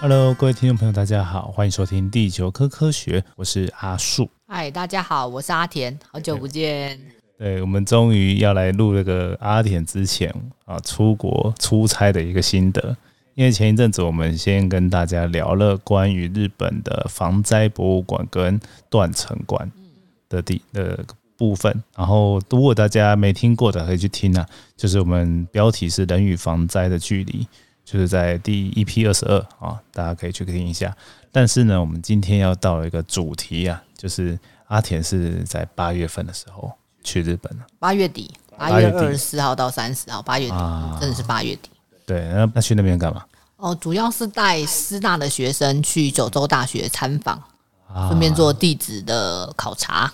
Hello，各位听众朋友，大家好，欢迎收听《地球科科学》，我是阿树。嗨，大家好，我是阿田，好久不见。对，我们终于要来录那个阿田之前啊出国出差的一个心得，因为前一阵子我们先跟大家聊了关于日本的防灾博物馆跟断层馆的地的部分，然后如果大家没听过的可以去听啊，就是我们标题是“人与防灾的距离”，就是在第一批二十二啊，大家可以去听一下。但是呢，我们今天要到一个主题啊，就是阿田是在八月份的时候去日本了。八月底，八八月月底二十四号到三十号，八月底、啊真的是八月底。对，那那去那边干嘛？哦，主要是带师大的学生去九州大学参访，啊顺便做地质的考察。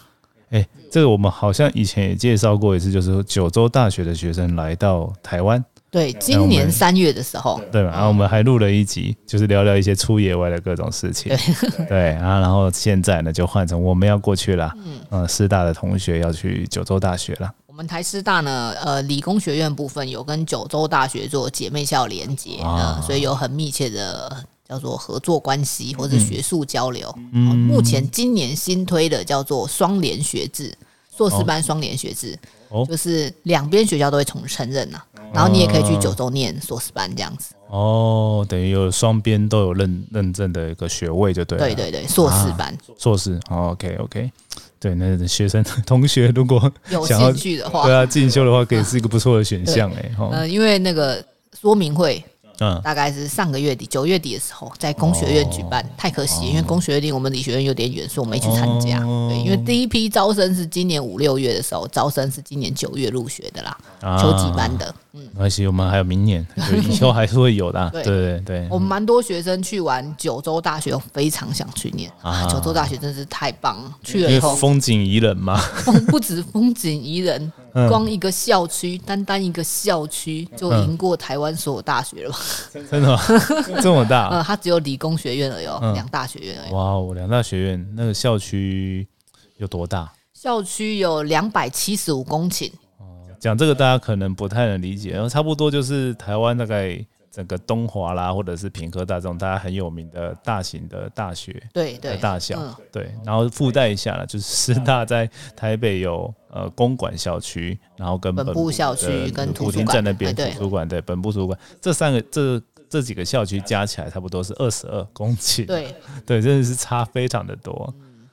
哎、这个我们好像以前也介绍过一次，就是九州大学的学生来到台湾，对，今年三月的时候，对吧？然后我们还录了一集，就是聊聊一些出野外的各种事情。 对啊，然后现在呢，就换成我们要过去了，嗯、师大的同学要去九州大学了。我们台师大呢，呃，理工学院部分有跟九州大学做姐妹校连接，啊呃，所以有很密切的叫做合作关系或嗯者学术交流。哦目前今年新推的叫做双联学制，硕士班双联学制，哦就是两边学校都会承承认呐、然后你也可以去九州念硕士班这样子。哦，等于有双边都有认认证的一个学位，就对啊了。对对对，硕士班、硕士。哦、OK OK，对，那学生同学如果有想要兴趣的话，对啊进修的话，可以是一个不错的选项哎。哦，呃，因为那个说明会嗯，大概是上个月底九月底的时候，在工学院举哦办，太可惜，因为工学院离我们理学院有点远，所以我没去参加。哦对，因为第一批招生是今年五六月的时候，招生是今年九月入学的啦，啊秋季班的。嗯，没关系，我们还有明 年，就以后还是会有的啊。对对对对，我们蛮多学生去完九州大学，非常想去念啊啊！九州大学真是太棒了，去因了以为后风景宜人 嘛。风不止风景宜人，嗯光一个校区，单单一个校区就赢过台湾所有大学了吧？嗯真 的吗这么大？呃，它只有理工学院而已哦嗯，两大学院而已。哇哦，两大学院那个校区有多大？校区有两百七十五公顷，讲这个大家可能不太能理解，然后差不多就是台湾大概整个东华啦，或者是平科大这种大家很有名的大型的大学对的对，大小，嗯对，然后附带一下了，就是师大在台北有呃公馆校区，然后跟本部校区的呃跟图古书亭馆站那边哎图对书馆对本部图书馆这三个这这几个校区加起来差不多是二十二公顷，对， 嗯对，真的是差非常的多，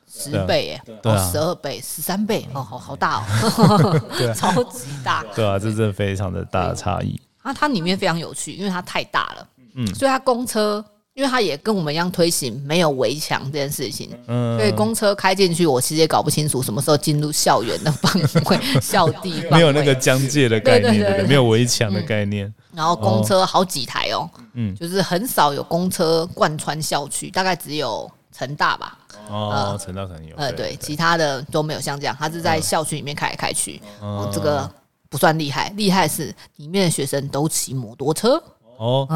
十对啊倍耶，对啊哦，十二倍，十三倍，哦，好好大哦， 超级大。啊对啊，这真的非常的大的差异。啊，它里面非常有趣，因为它太大了，嗯，所以它公车，因为它也跟我们一样推行没有围墙这件事情，嗯所以公车开进去，我其实也搞不清楚什么时候进入校园的范 围、校地范围，没有那个疆界的概念，对对对不对嗯没有围墙的概念。然后公车好几台哦，嗯，就是很少有公车贯穿校区，大概只有成大吧，哦，陈道可能有。呃，对，其他的都没有像这样，他是在校区里面开来开去，哦，这个不算厉害，厉害是里面的学生都骑摩托车， 哦，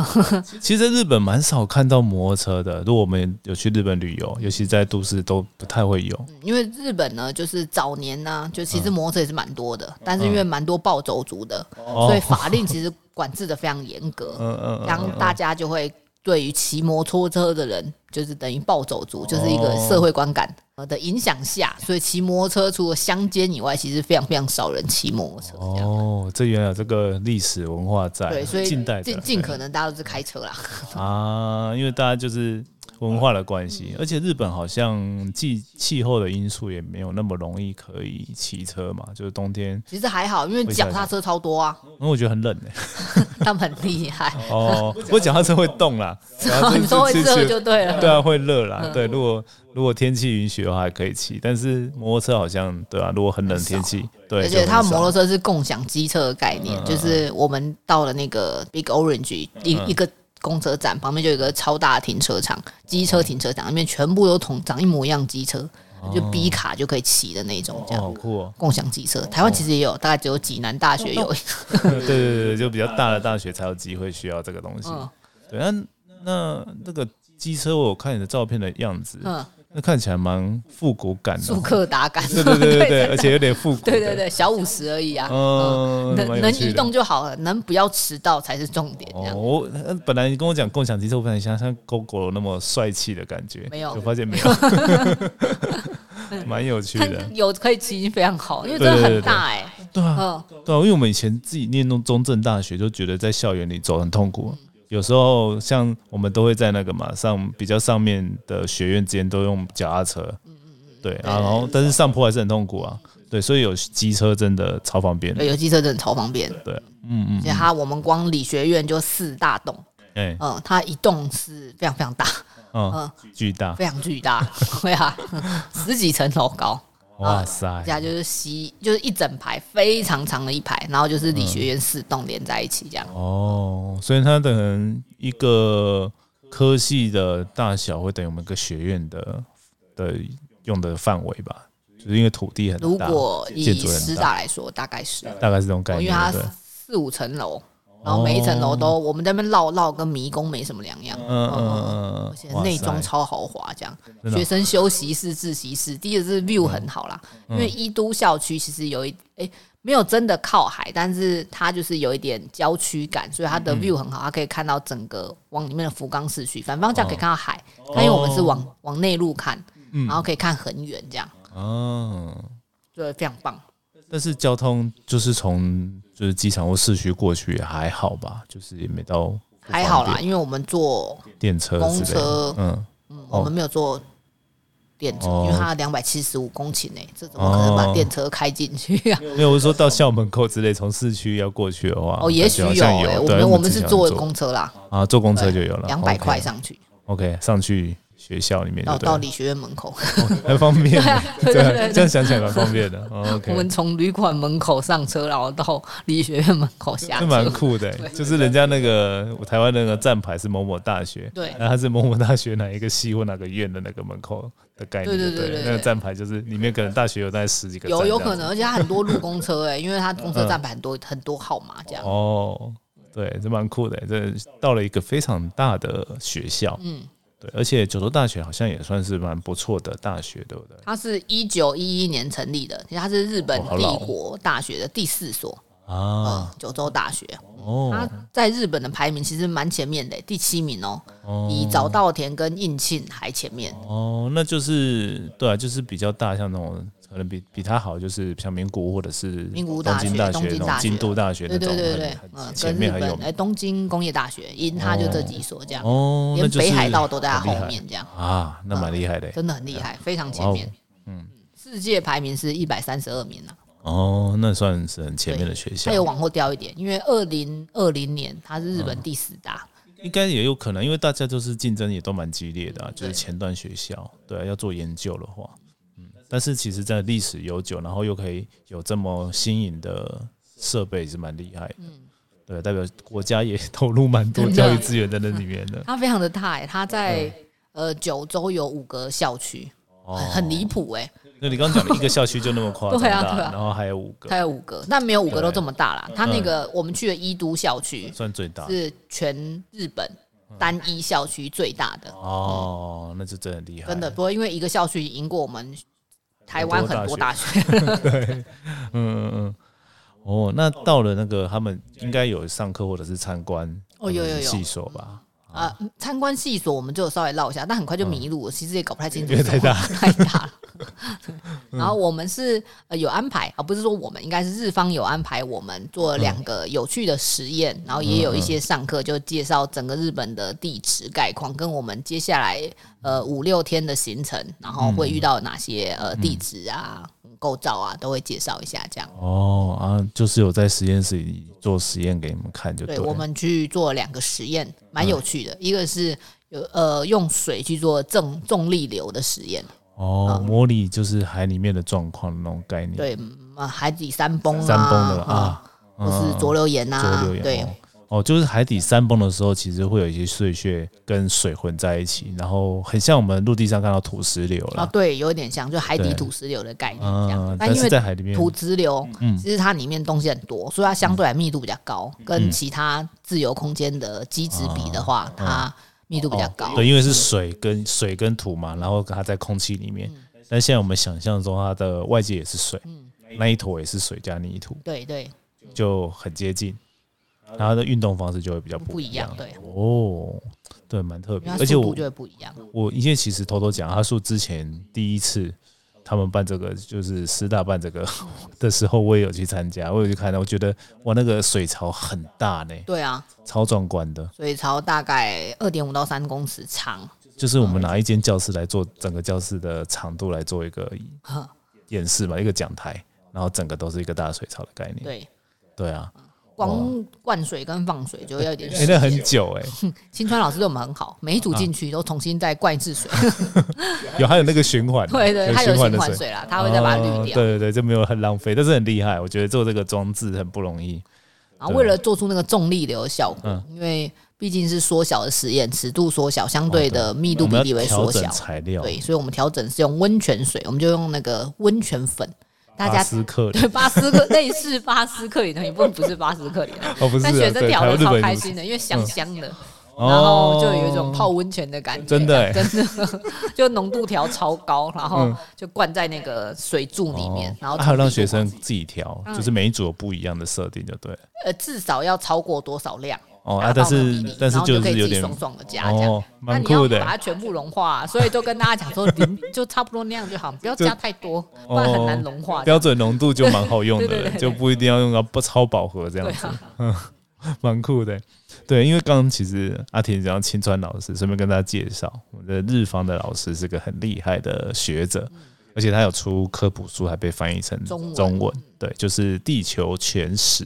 其实在日本蛮少看到摩托车的。如果我们有去日本旅游，尤其在都市都不太会有。嗯因为日本呢，就是早年呢、就其实摩托车也是蛮多的，但是因为蛮多暴走族的，所以法令其实管制的非常严格，哦嗯嗯嗯，当大家就会对于骑摩托车的人，就是等于暴走族，就是一个社会观感呃的影响下，所以骑摩托车除了乡间以外，其实非常非常少人骑摩托车这样。哦，这原来有这个历史文化在，对，所以哎近代的尽尽可能大家都是开车啦。 啊，因为大家就是文化的关嗯系，而且日本好像气气候的因素也没有那么容易可以骑车嘛，就是冬天，其实还好，因为脚踏车超多 啊，因为我觉得很冷 哎、他们很厉害，哦， 不过脚踏车会动啦， 脚踏他车们都会是热是就对了。对啊，会热啦。对，如果如果天气允许的话，还可以骑。但是摩托车好像，对啊，如果很冷天气，对，嗯而且它摩托车车是共享机车的概念，就是我们到了那个 Big Orange 一、嗯一个公车站旁边就有一个超大的停车场，机车停车场里面全部都同长一模一样的机车，就 B 卡就可以骑的那种，这哦哦，好哦样酷哦。共享机车。台湾其实也有，大概只有济南大学有。 对对对对，就比较大的大学才有机会需要这个东西。嗯对，那那那个机车，我有看你的照片的样子，嗯，那看起来蛮复古感的速。克达感，对对对对对，而 对且有点复古。对对，对，小五十而已啊，嗯，蛮能有能趣移的动就好了，能不要迟到才是重点。这样、哦，我呃本来你跟我讲共享机车，我本来想像 GoGo 那么帅气的感觉，没有嗯就发现没 有， 蛮有趣的看。有可以骑已经非常好，因为对真的对很对大哎、对啊，嗯，对啊，因为我们以前自己念中中正大学，就觉得在校园里走很痛嗯苦。有时候像我们都会在那个嘛上比较上面的学院之间都用脚踏车，嗯对啊，然后但是上坡还是很痛苦啊，对，所以有机车真的超方便的对，，有机车真的超方便。对，嗯嗯而且它我们光理学院就四大栋，嗯，哎，嗯，它一栋是非常非常大，嗯，巨大，哦非常巨大， 对啊，十几层楼高。哇塞，家就是西，就是一整排非常长的一排，然后就是理学院四栋连在一起这样。哦，所以它等于一个科系的大小会等于我们一个学院的的用的范围吧，就是因为土地很如大，果建以筑很师大，大来说，大概是，大概哦是这种概因为念，它对不对。四五层楼，然后每一层楼都我们在那边绕绕，跟迷宫没什么两样。嗯嗯而且嗯嗯，内装哇塞超豪华，这样真的学生休息室、自习室，第一个是 view 很好啦，嗯因为一都校区其实有一诶、没有真的靠海，但是它就是有一点郊区感，所以它的嗯 view 很好，它可以看到整个往里面的福冈市区，反方向可以看到海，哦但因为我们是往往内陆看，嗯然后可以看很远，这样哦，就非常棒。但是交通就是从就是机场或市区过去也还好吧，就是也没到不还好方啦，便，因为我们坐，电车公之类的车，嗯，嗯我们没有坐电车，哦因为它两百七十五公顷诶、这怎么可能把哦电车开进去啊？没有，我是说到校门口之类，从市区要过去的话，哦，也许感觉好有像诶、我对们我们之是前有坐公车啦，啊，坐公车就有了，两百 OK 块上去， OK，上去学校里面到就对到了，啊理学院门口，很方便，对对对啊，对这对样想起来蛮方便的。哦 我 OK，们从旅馆门口上车，然后到理学院门口下这蛮车。酷的，欸就是人家那个我台湾那个站牌是某某大学，对然后它是某某大学哪一个系或哪个院的那个门口的概念，对对对对了对那个对站牌就是里面可能大学有大概十几个站这样有有子，可能，而且它很多路公车哎、因为它公车站牌很多很多号码这样。哦，对，这蛮酷的，这到了一个非常大的学校，嗯，对，而且九州大学好像也算是蛮不错的大学，对不对？它是一九一一年成立的，其实它是日本哦好老帝哦国大学的第四所，啊，嗯，九州大学。它哦，在日本的排名其实蛮前面的、第七名哦，比哦。早稻田跟应庆还前面。哦，那就是对啊，就是比较大，像那种可能比比他好，就是像名古屋或者是名古屋东大京学大东学、京那种大京学都大学那对种对对对很，很嗯，前跟面日很有本哎东京工业大学，因它就这几所这样，哦，那连就是北海道都在它很厉后害面这嗯样，啊，那蛮厉害的。真的很厉害，非常前哇哦面。嗯，世界排名是一百三十二名啊，哦，那算是很前面的对学校它，有往后掉一点，因为二零二零年它是日嗯本第四大，应该也有可能，因为大家就是竞争也都蛮激烈的、啊，就是嗯对前段学校，对啊、要做研究的话，嗯，但是其实在历史悠久，然后又可以有这么新颖的设备，是蛮厉害的。对，啊代表国家也 投入蛮多嗯真的教育资源在那里面的。它非常的大哎，它在嗯呃九州有五个校区，很嗯 很离谱哎，哦那你刚刚讲的一个校区就那么夸张 对大，啊对啊然后还有五它个，有五个，但没有五个都对嗯这么大啦。它那个我们去的伊都校区算最大是全日本嗯单一校区最大的，哦，那就真的很厉害，真的，不会因为一个校区赢过我们台湾很多大学。嗯 嗯嗯。哦，那到了那个他们应该有上课或者是参观哦有有有系所吧？啊，参观系所我们就稍微绕一下，但很快就迷路了，其实 也搞不太清楚因为太大太大 了。然后我们是呃有安排啊，不是说我们应该是日方有安排，我们做了两个有趣的实验，然后也有一些上课就介绍整个日本的地质概况，跟我们接下来呃五六天的行程，然后会遇到哪些呃地质啊、构造啊，都会介绍一下这样。哦啊，就是有在实验室里做实验给你们看就对，了我们去做两个实验，嗯蛮有趣的。一个是有呃用水去做重重力流的实验，哦，模拟就是海里面的状况那种概念，，嗯对，嗯呃海底山崩啊，山崩的嗯，啊，或是浊流岩浊啊，流岩，对哦。哦，就是海底山崩的时候，其实会有一些碎屑跟水混在一起，然后很像我们陆地上看到土石流啊，啦。对，有点像就海底对土石流的概念这样嗯，。但但因是为在海里面，嗯土石流，其实它里面东西很多，所以它相对来密度比较高，跟其他自由空间的基质比的话，它密度比较高。嗯哦嗯对，因为是水跟水跟土嘛，然后它在空气里面。嗯但现在我们想象中它的外界也是水，那一坨也是水加泥土，对对，就很接近。然后它的运动方式就会比较不不一样，对，哦，对，蛮特别因为。它而且速度我就会不一样。我因为其实偷偷讲，阿树之前第一次他们办这个，就是师大办这个 的时候，我也有去参加，我有去看到，我觉得哇，那个水槽很大呢，对啊，超壮观的。水槽大概二点五到三公尺长，就是我们拿一间教室来做整个教室的长度来做一个呵演示嘛，一个讲台，然后整个都是一个大水槽的概念。对，对啊，光灌水跟放水就要有点哎、时那间。很啊久哎、青川老师对我们很好，每一组进去都重新再灌一次水， 有还有那个循环，对对，他有循循环的环水啦，他会再把它哦滤对。掉对对，就没有很浪费，但是很厉害，我觉得做这个装置很不容易。然后为了做出那个重力流的效果，嗯因为毕竟是缩小的实验，尺度缩小，相对的密度哦我比们例要为调缩整小，材料，对，所以我们调整是用温泉水，我们就用那个温泉粉，大巴家。斯克的 对巴斯克类似巴斯克里的，也不不是巴斯克里的，哦，不是、啊，但对，选择调台湾的日超本开也不是嗯心的，因为香香的，哦然后就有一种泡温泉的感觉，真的欸真的，就浓度调超高，然后就灌在那个水柱里面嗯哦，然后啊还有让从底学部生自己调，嗯就是每一组有不一样的设定，就对了。呃至少要超过多少量哦啊达到但是那个比例但是然后就就是可以自有己点爽爽的加这样。哦，那蛮你要酷的把。它全部融化，所以就跟大家讲说，零 就差不多那样就好，不要加太多，不然很难融化。标准浓度就蛮好用的 对对对对对就不一定要用到不超饱和这样对子，啊， 蛮酷的。对，因为刚刚其实阿田讲到青川老师，顺便跟大家介绍，我们的日方的老师是个很厉害的学者，而且他有出科普书，还被翻译成嗯中文嗯中文。对，就是《地球全史》，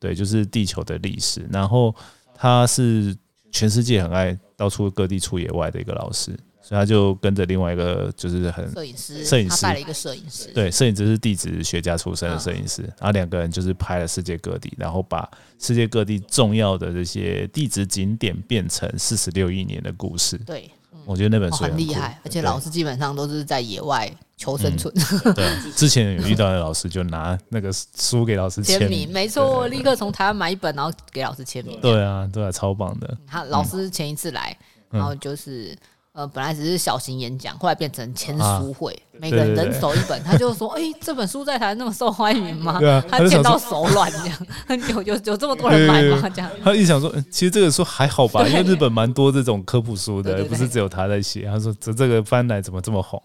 对，就是地球的历史。然后他是全世界很爱到处各地出野外的一个老师，所以他就跟着另外一个就是很摄影师，摄影他师带了一个摄影师，对，摄影师是地质学家出身嗯的摄影师，然后两个人就是拍了世界各地，然后把世界各地重要的这些地质景点变成四十六亿年的故事。对，我觉得那本哦书也很酷嗯厉害，而且老师基本上都是在野外求生存，对对，之前有遇到的老师就拿那个书给老师签签名，名，没错，我立刻从台湾买一本，然后给老师签名。对啊，对啊，超棒 的，他老师前一次来，嗯然后就是。呃，本来只是小型演讲，后来变成签书会，每个人啊对对人对手一本。他就说：“哎、这本书在台湾那么受欢迎吗？”对啊他他就见想到说手软这样，有有有这么多人买吗？这样他一想说，嗯其实这个书还好吧，对因为日本蛮多这种科普书对的，对也对不是只有他在写。他说这这个翻来怎么这么红？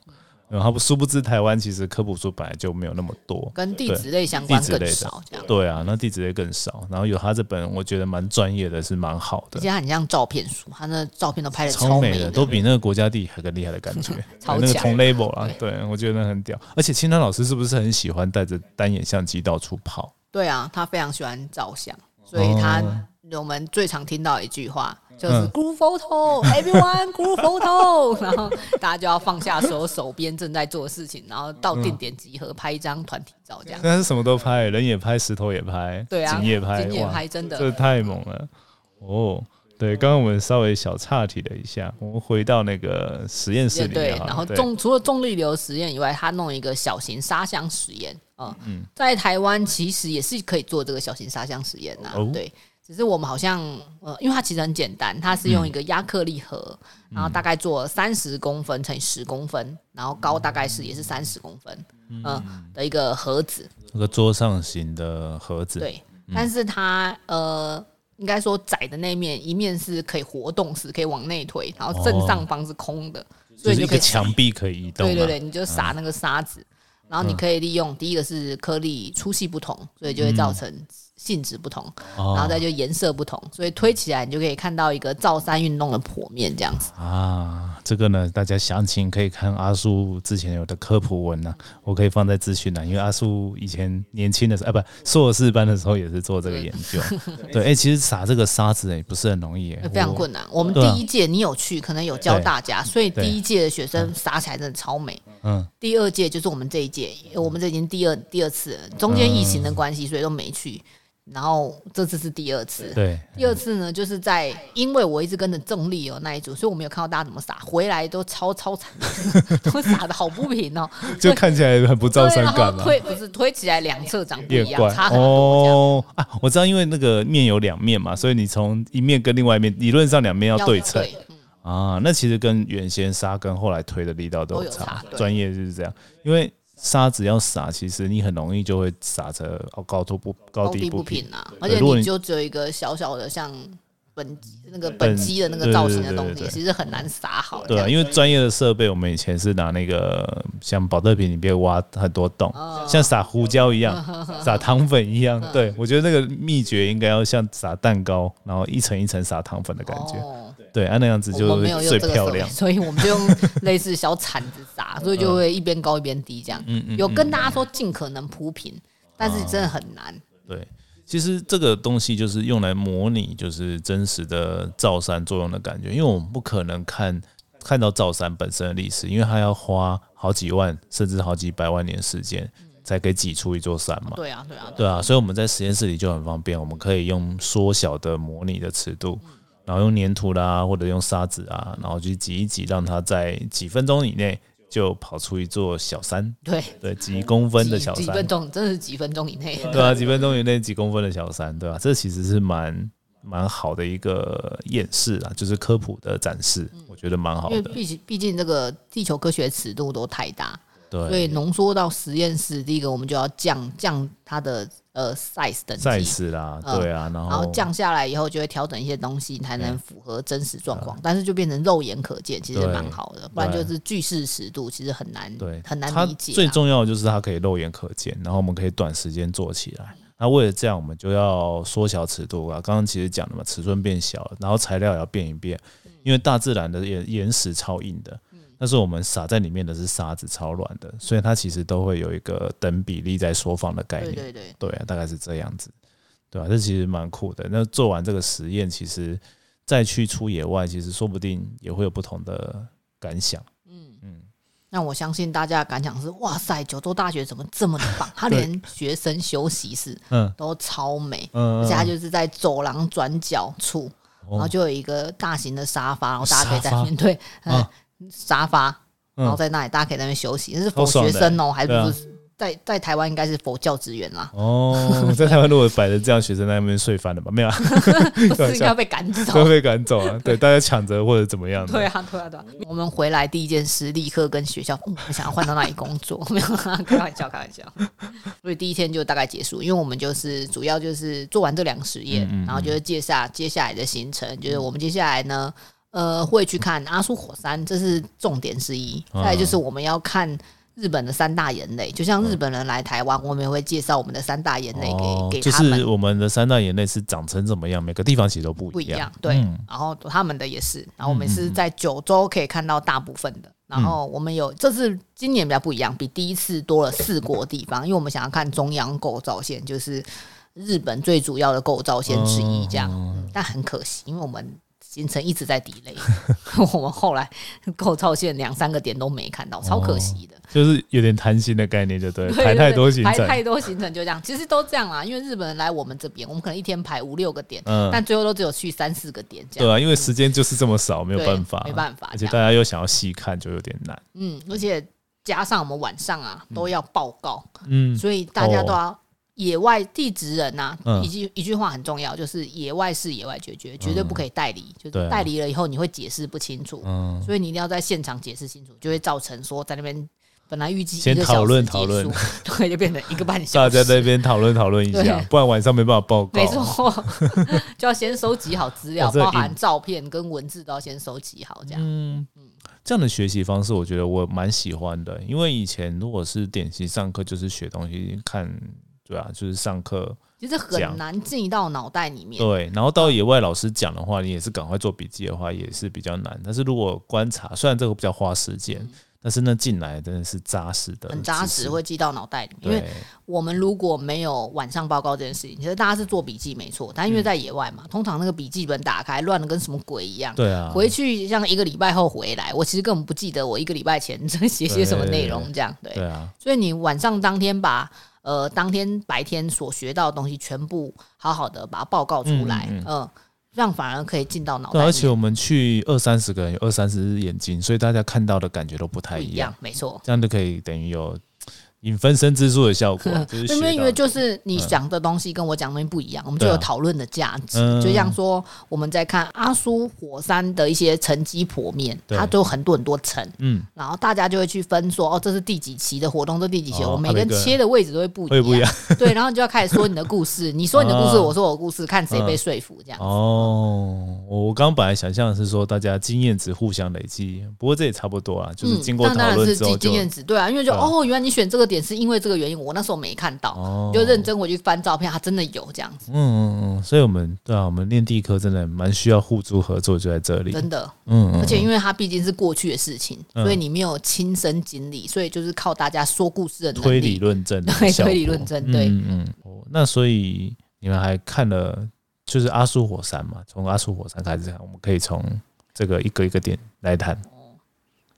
然后殊不知台湾其实科普书本来就没有那么多，跟地对址类相地关址类更的少这样。对啊，那地址也更少。然后有他这本，我觉得蛮专业的，是蛮好而的且，它很像照片书，它那照片都拍的超美美，的，都比那个国家地还更厉害的感觉 超对那个强同 label 啊，对我觉得那很屌。而且青川老师是不是很喜欢带着单眼相机到处跑？对啊，他非常喜欢照相，所以他、我们最常听到一句话就是哦嗯 “group photo”，everyone group photo，然 后大家就要放下所有手边正在做的事情，然后嗯到定点集合拍一张团体照， 这样。但是什么都拍，人也拍，石头也拍，对啊，景也拍，景也哇拍，真的这太猛了哦！对，刚刚我们稍微小岔题了一下，我们回到那个实验室也里对面好，了，然后啊对重除了重力流实验以外，他弄一个小型沙箱实验。嗯，在台湾其实也是可以做这个小型沙箱实验呐、哦对，只是我们好像呃，因为它其实很简单，它是用一个嗯亚克力盒，然后大概做三十公分乘以十公分，然后高大概是嗯也是三十公分，嗯、的一个盒子。那个桌上型的盒子，对，但是它呃，应该说窄的那一面，一面是可以活动式，可以往内推，然后正上方是空的，哦就所以是一你就可个以墙壁可以移动嘛，对对对，你就撒嗯那个沙子，然后你可以利用第一个是颗粒粗细不同，所以就会造成性质不同，哦然后再就颜色不同，所以推起来你就可以看到一个造山运动的剖面这样子。啊，这个呢，大家详情可以看阿叔之前有的科普文呐、我可以放在资讯栏，因为阿叔以前年轻的时候，啊，不，硕士班的时候也是做这个研 究。对，哎、其实撒这个沙子也不是很容易、欸，非常我困难。我们第对啊一届你有去，可能有教对大家，所以第对一届的学生撒起来真的超美。嗯，第二届就是我们这一届，我们这已经第二第二次了，嗯中间疫情的关系，所以都没去。然后这次是第二次，对，第二次呢，就是在因为我一直跟着重力哦那一组，所以我没有看到大家怎么撒，回来都超超惨，都撒的 好不平哦。就看起来很不对啊照，三然后感嘛。推不是推起来两侧长不也一样，怪差很多。哦啊！我知道，因为那个面有两面嘛，所以你从一面跟另外一面，理论上两面要这样对称。嗯啊，那其实跟原先沙跟后来推的力道都有都有差差，对专业就是这样，因为沙子要撒，其实你很容易就会撒着哦高度不高高低低不不平平啊，对而且如果你你就只有一个小小的像本机那个本本机的那对个造型对的对东对西对，其实很难撒好。对啊，因为专业的设备，我们以前是拿那个像保特瓶里面挖很多洞，哦像撒胡椒一样， 撒糖粉一嗯样。对我觉得那个秘诀应该要像撒蛋糕，然后一层一层撒糖粉的感觉。哦对，啊，那样子我就们没有用最这个漂设备，亮。所以我们就用类似小铲子撒，所以就会一边高一边低这样。嗯有跟大家说尽可能铺平，但是真的很难。对，其实这个东西就是用来模拟就是真实的造山作用的感觉，因为我们不可能看看到造山本身的历史，因为它要花好几万甚至好几百万年时间才可以挤出一座山嘛。对啊，对啊，对啊，所以我们在实验室里就很方便，我们可以用缩小的模拟的尺度，然后用粘土啦，或者用沙子啊，然后去挤一挤，让它在几分钟以内就跑出一座小山，对，对，几公分的几小几山分，钟，真的是几分钟以内。对啊，几分钟以内几公分的小山，对吧、啊这其实是蛮蛮好的一个演示啊，就是科普的展示，我觉得蛮好因为的。毕竟毕竟这个地球科学尺度都太大，所对，以浓缩到实验室，第一个我们就要降降它的呃 size 等赛级，事啦，嗯对啊，然然后后降下来以后就会调整一些东西，才能符合真实状况。但是就变成肉眼可见，其实嗯对蛮好的，不然就是巨视尺度，其实很难对，很难它理解啊。最重要的就是它可以肉眼可见，然后我们可以短时间做起来。那为了这样，我们就要缩小尺度啊。刚刚其实讲了嘛，尺寸变小了，然后材料也要变一变，嗯因为大自然的岩岩石超硬的，但是我们撒在里面的是沙子，超软的，所以它其实都会有一个等比例在缩放的概对念。对对，对啊，大概是这样子，对啊吧、这其实蛮酷的。那做完这个实验，其实再去出野外，其实说不定也会有不同的感想。那我相信大家的感想是：哇塞，九州大学怎么这么的棒？ 他连学生休息室嗯都超美，嗯，哦而且它就是在走廊转角处，然后就有一个大型的沙发，然后大家可以在沙发那边对啊嗯沙发，然后嗯在那里大家可以在那边休息。这是超否爽学的生哦，还不对啊是在在台湾应该是佛教职 员啦，哦，在台湾如果摆着这样，学生在那边睡翻了吧？没有、 啊，不对是应该被赶都走？被赶走了、对，大家抢着或者怎么样的。对啊，对啊，对啊！我们回来第一件事，立刻跟学校，嗯我想要换到那里工作，没有啦， 开玩笑，开玩笑。所以第一天就大概结束，因为我们就是主要就是做完这两个实验，嗯嗯嗯然后就是接下接下来的行程，就是我们接下来呢，呃，会去看阿苏火山，这是重点之一。嗯再来就是我们要看。日本的三大眼泪，就像日本人来台湾，我们也会介绍我们的三大眼泪给、哦，给就他们是。我们的三大眼泪是长成怎么样，每个地方其实都不不一一样样。，对。嗯然后他们的也是，然后我们是在九州可以看到大部分嗯的。然后我们有这次今年比较不一样，比第一次多了四国地方，因为我们想要看中央构造线，就是日本最主要的构造线之一，这样。哦嗯但很可惜，因为我们。行程一直在 delay，我 们后来构造线两三个点都没看到，超可惜的。就是有点贪心的概念，就对了，对哦排太多行排程，太多行程就这样，其实都这样啊啦。因为日本人来我们这边，我们可能一天排五六个点，嗯但最后都只有去三四个点这样对。啊，因为时间就是这么少，没有对办法，没办法而且大这家又想要细看，就有点难。嗯，而且加上我们晚上啊都要报告，嗯，所以大家都要野外地职人呐、嗯一句一句话很重要，就是野外是野外解决，绝对不可以代理，就对啊是代理了以后你会解释不清楚，嗯所以你一定要在现场解释清楚，就会造成说在那边本来预计先一个讨小时论结讨论束， 对，就变成一个半大小家时。在那边讨论讨论一下对，不然晚上没办法报告。没错， 就要先收集好资料，哇这个包硬含照片跟文字都要先收集好，这样。嗯，这样的学习方式，我觉得我蛮喜欢的，因为以前如果是典型上课，就是学东西看，对啊，就是上课其实很讲难进到脑袋里面，对，然后到野外老师讲的话，你也是赶快做笔记的话，也是比较难。但是如果观察，虽然这个比较花时间，但是呢，进来真的是扎实的，嗯很扎实，会记到脑袋里面。因为对，我们如果没有晚上报告这件事情，其实大家是做笔记没错，但嗯因为在野外嘛，通常那个笔记本打开乱的跟什么鬼一样。对啊，回去像一个礼拜后回来，我其实根本不记得我一个礼拜前 写些什么内容，这样对。对啊，所以你晚上当天把呃当天白天所学到的东西全部好好的把它报告出来，嗯嗯，这样反而可以进到脑对，啊袋而里且面，我们去二三十个人，有二三十只眼睛，所以大家看到的感觉都不太不一一样样，，没错。这样就可以等于有引分身之术的效 果，就是学因为因到为嗯就是你想的东西跟我讲的东西不一样，我们就对啊有讨论的价值。嗯就像说我们在看阿苏火山的一些沉积剖面，对它就有很多很多层，嗯然后大家就会去分说，哦，这是第几期的活动，这第几期的活哦动，我每个人它每个切的位置都会不会不一样对，然后你就要开始说你的故事，你说你的故事， 哦嗯我说我的故事，看谁被说服这样。哦。我刚本来想象的是说大家经验值互相累积，不过这也差不多啊，就是嗯经过那当讨然论是之后经就经验值，对啊，因为就对啊哦，原来你选这个点是因为这个原因，我那时候没看到，哦就认真我去翻照片，啊它真的有这样子，嗯嗯嗯，所以我们对啊，我们练地科真的蛮需要互助合作，就在这里。真的。嗯嗯而且因为它毕竟是过去的事情，所以你没有亲身经历，所以就是靠大家说故事的能推理力。论证的 对效果，推理论证对嗯嗯哦那所以你们还看了，就是阿苏火山嘛？从阿苏火山开始看，我们可以从这个一个一个点来谈，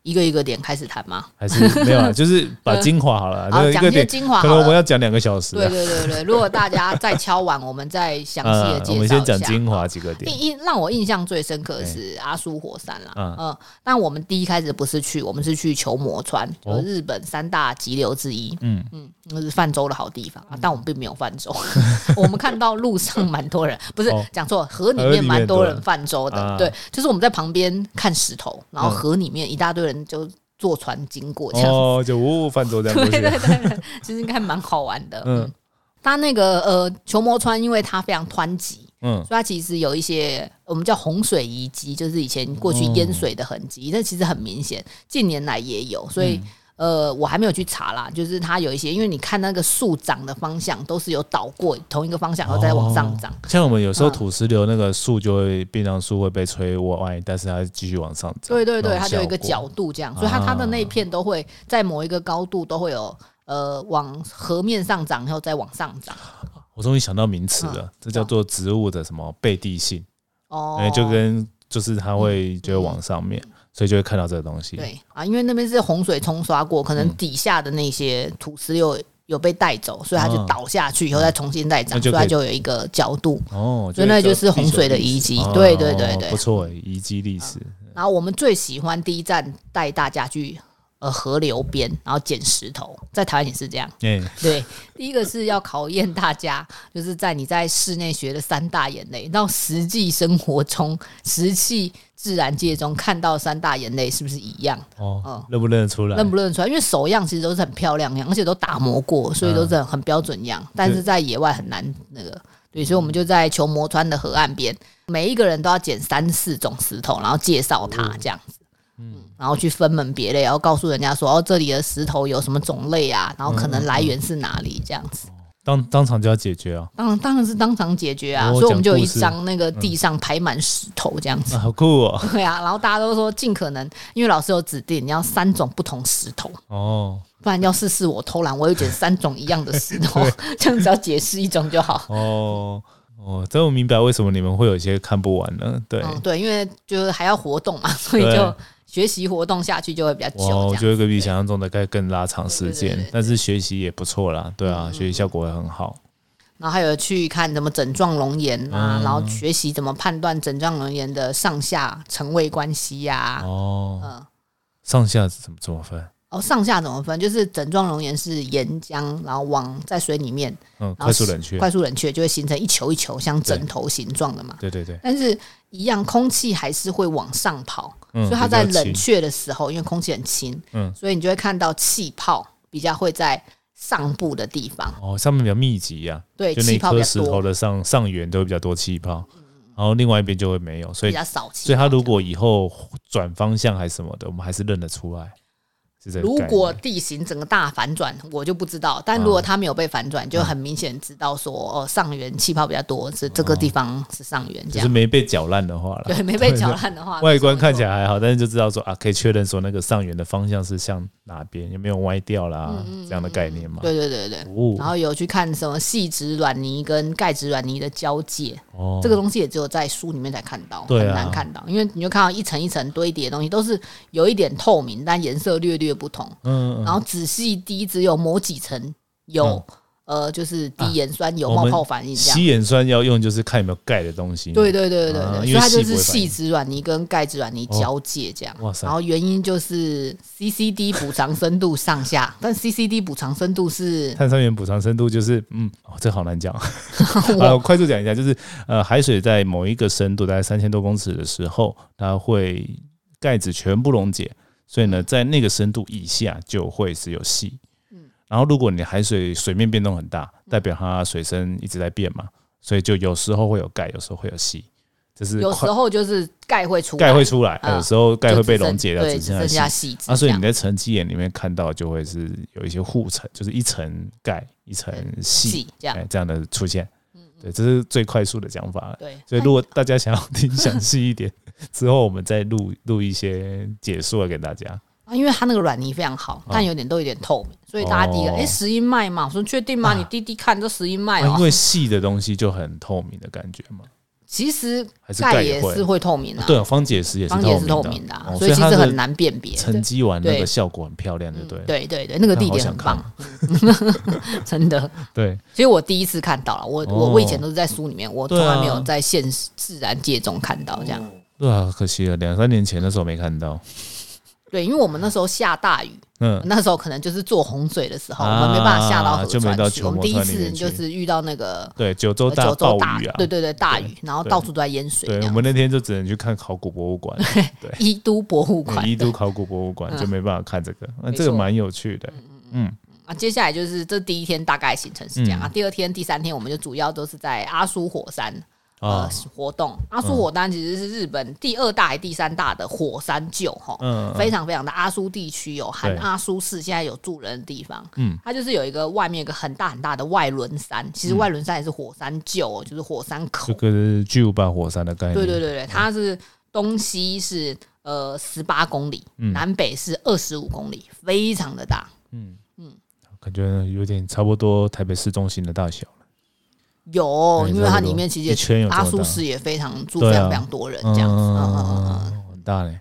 一个一个点开始谈嘛，还是没 有啊？就是把精华好了，好啊这个一讲一个些点，精华可能好我们了。要讲两个小时对啊。对对对，如果大家再敲完，我们再详细啊，的 我介们绍先一下讲。精华几个点。印印让我印象最深刻的是阿苏火山啦，嗯嗯、但我们第一开始不是去，我们是去球磨川，就哦是日本三大急流之一，嗯嗯，那是泛舟的好地方啊，但我们并没有泛舟， 我们看到路上蛮多人，不是哦讲错，河里河里面蛮面多多人人泛舟啊的，对，就是我们在旁边看石头，然后嗯河里面一大堆人就坐船经过这样子，哦，就呜泛舟这样过对对去。对，对其实应该蛮好玩的，嗯嗯。它那个呃，球磨川，因为它非常湍急，嗯所以它其实有一些我们叫洪水遗迹，就是以前过去淹水的痕迹，但其实很明显，近年来也有，所以。呃，我还没有去查啦，就是它有一些，因为你看那个树长的方向都是有倒过同一个方向，然后再往上长。像我们有时候嗯土石流那个树就会变成树会被吹歪，但是它继续往上涨。对对那对，种它就有一个效果角度这样，所以它啊它的那一片都会在某一个高度都会有呃往河面上涨，然后再往上涨。我终于想到名词了，这叫做植物的什么背地性，嗯哦嗯哎、，就跟就是它会就会往上面，所以就会看到这个东西。对啊，因为那边是洪水冲刷过，可嗯能底下的那些土石流有被带走，所以它就啊倒下去以后再重新再长，那就所以可它以就有一个角度。哦，所以那就是洪水的遗迹哦对对对对不错哎，遗迹历史，然后我们最喜欢第一站带大家去呃河流边，然后捡石头，在台湾也是 这样。哎、对，第一个是要考验大家，就是在你在室内学的三大眼泪，到实际生活中、实际自然界中看到三大眼泪是不是一样？哦嗯，认不认得出来？认不认得出来？因为手样其实都是很漂亮样，而且都打磨过，所以都是很很标准嗯样。但是在野外很难那个，对，所以我们就在球磨川的河岸边，每一个人都要捡三四种石头，然后介绍它这样子。嗯，然后去分门别类，然后告诉人家说，哦，这里的石头有什么种类啊，然后可嗯能来源是哪里这样子。当当场就要解决啊，当然，当然是当场解决啊，哦所以我们就有一讲故事张那个地上排满石头这样子。啊好酷哦，对啊，然后大家都说尽可能，因为老师有指定你要三种不同石头，哦不然要试试我偷懒，我有捡三种一样的石 头，这样只要解释一种就好。哦哦，这我明白为什么你们会有一些看不完了，对。嗯，对，因为就是还要活动嘛，所以就学习活动下去就会比较久。哇，我这觉样得会比想象中的该更拉长时对对对间对，嗯但是学习也不错啦，对啊，学习效果也很好。然后还有去看怎么整状龙岩啊，嗯然后学习怎么判断整状龙岩的上下层位关系呀、哦，嗯。上下怎么怎么分？哦，上下怎么分？就是整状熔岩是岩浆，然后往在水里面，嗯，然后快速冷却。快速冷却就会形成一球一球像枕头形状的嘛。对对对，但是一样，空气还是会往上跑，嗯所以它在比较轻冷却的时候，因为空气很轻，嗯所以你就会看到气泡比较会在上部的地方，哦，上面比较密集呀、对，就那气一泡比颗较石头多，嗯的上上缘都会比较多气泡，然后另外一边就会没有，所比以较少气泡。所以它如果以后转方向还是什么的，我们还是认得出来。是这个如概念果地形整个大反转，我就不知道。但如果它没有被反嗯转，就很明显知道说，哦，上缘气泡比较多，是这个地方是上缘只这是 样。没被搅烂的话了，对，没被搅烂的话， 外观看起来来还好，但是就知道说啊，可以确认说那个上缘的方向是向哪边，有没有歪掉啦，嗯这样的概念嘛。对对对嗯对。然哦后有去看什么细质软泥跟钙质软泥的交界，哦，这个东西也只有在书里面才看到，对啊很难看到，因为你就看到一层一层堆叠的东西，都是有一点透明，但颜色略略不同。嗯嗯嗯然后仔细滴，只有某几层有、呃，就是低盐酸铀啊我冒们泡反应这样。吸眼酸要用就是看有没有钙的东西。对，对对对对，啊因为所以它就细不是会反应哦细质软泥跟钙质软泥交界这样。哇塞然后原因就是 CCD 补偿深度 上下，但 CCD 补偿深度是碳酸盐补偿深度就是，嗯，哦，这好 难讲。呃，我快速讲一下，就是呃，海水在某一个深度，大概三千多公尺的时候，它会钙质全部溶解，所以嗯呢，在那个深度以下就会是有硒。嗯然后，如果你海水水面变动很大，代表它水深一直在变嘛，所以就有时候会有钙，有时候会有硒，这是有时快候就是钙会出来钙会出来，啊有时候钙就会只被剩溶解掉，对，只只剩剩下硒。下细质啊，这样。所以你在沉积眼里面看到就会是有一些护层，就是一层钙、一层硒嗯细，这样嗯哎，这样的出现。对，这是最快速的讲法了。对，所以如果大家想要听详细一点， 之后我们再录录一些解说给大家。啊，因为它那个软泥非常好，但有点都有点透明，所以大家第一个啊哦哎石英脉嘛，我说确定吗？啊你滴滴看这石英脉啊哦因，为细的东西就很透明的感觉嘛，其实还是钙钙也会是？会透明的，对啊，方解石也是方也是透透明的啊的，，哦所以其它实的很难辨别。沉积完那对嗯个效果很漂亮，就对了。对对对，那个看地好点想很看棒， 真的。对，其实我第一次看到了，我我哦我以前都是在书里面，我从对啊来没有在现实自然界中看到这样。对啊，可惜了，两三年前的时候没看到。对，因为我们那时候下大雨，嗯，那时候可能就是坐洪水的时候，啊我们没办法下到河就没到川去。球我们第一磨川里次面去就是遇到那个对，九州呃大九暴州大雨啊，对对对，大雨，然后对到处都在淹水对这我样。们那天就只能去看考古博物馆，对，伊都博物馆一都考古博物馆嗯就没办法看这个，那没这个错蛮有趣的，嗯，啊，接下来就是这第一天大概行程是这嗯样、啊，第二天、第三天我们就主要都是在阿苏火山啊呃，活动。阿苏火山其实是日本第二大还第三大的火山臼哈，嗯，非常非常大。阿苏地区有含对阿苏市，现在有住人的地方，嗯，它就是有一个外面有一个很大很大的外轮山，其实外轮山也是火山臼哦，就是火山口这，个是巨无霸火山的概念，对对对对，它是东西是呃十八公里，嗯南北是二十五公里，非常的大。感觉有点差不多台北市中心的大小了，有，哎哦因为差不它多里面其实一圈有也这么阿苏大市也非常住对啊非常非常多人这样子，嗯嗯嗯嗯。嗯，很大嘞，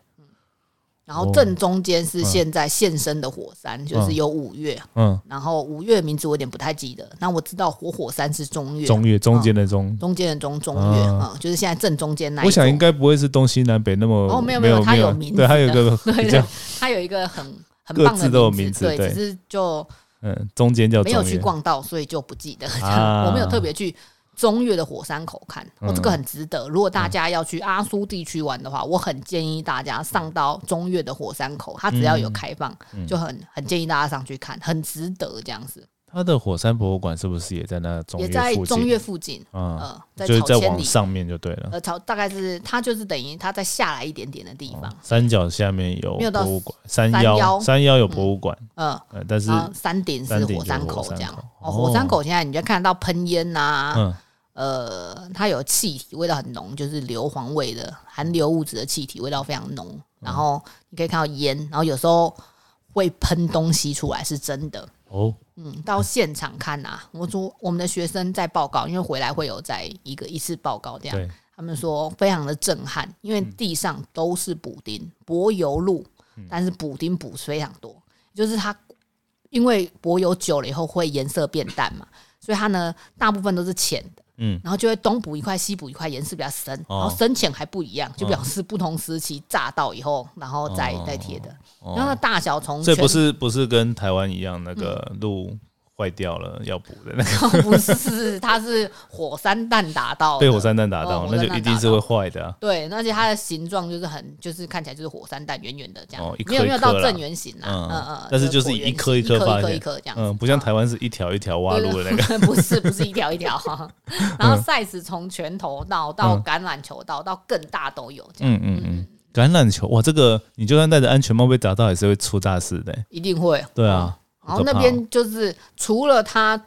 然后正中间是现在现身的火山，就是有五岳，嗯，然后五岳的名字我有点不太记得，那我知道活火山是中岳，中越中间的中，中间的中中岳，啊嗯，就是现在正嗯中间那一我座。想应该不会是东西南北那么哦没有没没有它没有有名字对，它有一的个对比较它有一个很很各棒自的都有名名字，字对，对只是就嗯，中间叫没中有去越，逛到，所以就不记得。啊 我没有特别去中越的火山口看，我、嗯这个很值得。如果大家要去阿苏地区玩的话，我很建议大家上到中越的火山口，它只要有开放，就很很建议大家上去看，很值得这样子。它的火山博物馆是不是也在那中也越在附中近越？附近，嗯，呃，在就是草再千往里，上面就对了。呃，草大概是它就是等于它再下来一点点的地方，山脚下面有没有到博物馆，山山腰腰山腰有博物馆，嗯，呃，但是然后山顶是山顶火就是山火口山这样口。哦，火山哦口现在你就看得到喷烟啊呐，嗯，呃，它有气体，味道很浓，就是硫磺味的含硫物质的气体，味道非常浓。然后你可以看到烟，然后有时候会喷东西出来，是真的。哦，嗯，到现场看啊，我说我们的学生在报告，因为回来会有在一个一次报告这样，对，他们说非常的震撼，因嗯为地上都是补丁、柏油路，但是补丁补非常多，就是它因为柏油久了以后会颜色变淡嘛，所以它呢大部分都是浅的，嗯，然后就会东补一块西补一块，颜色比较深，哦然后深浅还不一样，就表示不同时期炸到以后，然后再、再贴的，哦然后它大小从这全不是不是跟台湾一样那个嗯路坏掉了要补的那个不是，它是火山弹打到的， 被火山弹打到哦，那火山就弹一定打是到会坏的啊。对，而且它的形状就是很，就是看起来就是火山弹，圆圆的这样，哦一颗没有没有一颗到啦正圆形啦，嗯嗯嗯嗯，但是就是椭圆一颗形一颗一发颗现一颗这样子，嗯，不像台湾是一条一条挖路的那个，嗯个， 不是不是一条一条，然后 size 从拳头到到橄榄球到到更大都有，这 样嗯嗯嗯。橄榄球哇，这个你就算戴着安全帽被砸到，也是会出大事的欸。一定会。对啊，然好后可那怕哦边就是除了它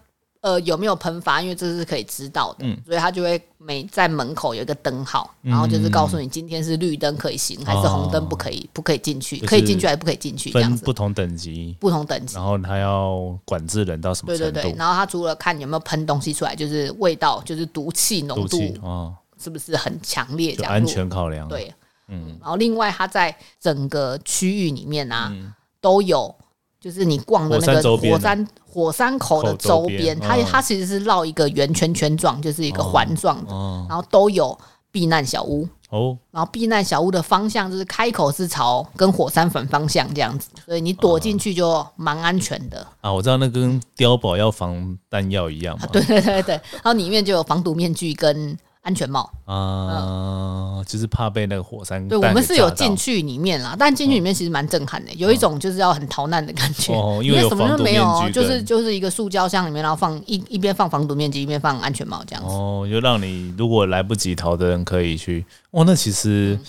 呃有没有喷发，因为这是可以知道嗯的，所以它就会每在门口有一个灯号，然后就是告诉你今天是绿灯可以行，还是红灯不可以，不可以进去，哦就是可以进去还是不可以进去，这样分子不同等级，不同等级。然后他要管制人到什么对程对对，度，然后它除了看有没有喷东西出来，就是味道，就是毒气浓毒度气哦，是不是很强烈，这就样安如全考量。对，嗯，然后另外它在整个区域里面啊，都有就是你逛的嗯那火山个周边火啊山火山口的周边，口周边它嗯它其实是绕一个圆圈圈状，就是一个环状的，哦然后都有避难小屋。哦，然后避难小屋的方向就是开口是朝跟火山反方向这样子，所以你躲进去就蛮安全的。啊，我知道那跟碉堡要防弹药一样嘛，啊对对对对，然后里面就有防毒面具跟安全帽。啊，就是怕被那个火山嗯对，弹我们给是炸有到进去里面啦，但进去里面其实蛮震撼的，有一种就是要很逃难的感觉，哦因因为有什么防都毒没有哦，面具就跟是就是一个塑胶箱里面，然后放一一边放防毒面具，一边放安全帽这样子。哦，就让你如果来不及逃的人可以去。哇，那其实嗯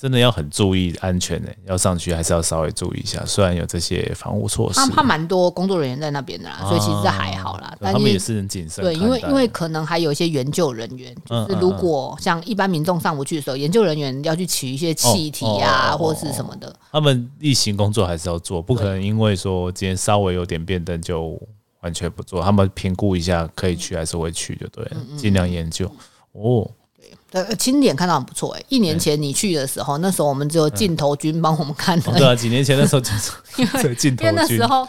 真的要很注意安全呢，要上去还是要稍微注意一下。虽然有这些防护措施他，他蛮多工作人员在那边的啦，所以其实还好啦啊。但他们也是是很谨慎看对，待。因为因为可能还有一些研究人员，就嗯是嗯如果像一般民众上不去的时候，研究人员要去取一些气体哦哦啊，哦哦或是什么的。他们例行工作还是要做，不可能因为说今天稍微有点变灯就完全不做。他们评估一下可以去还是会去，就对了，嗯尽量研究。哦，呃，清点看到很不错哎、一年前你去的时候，那时候我们只有镜头君帮我们看嗯哦而已对啊，几年前那时候就是这镜头 因为那君时候，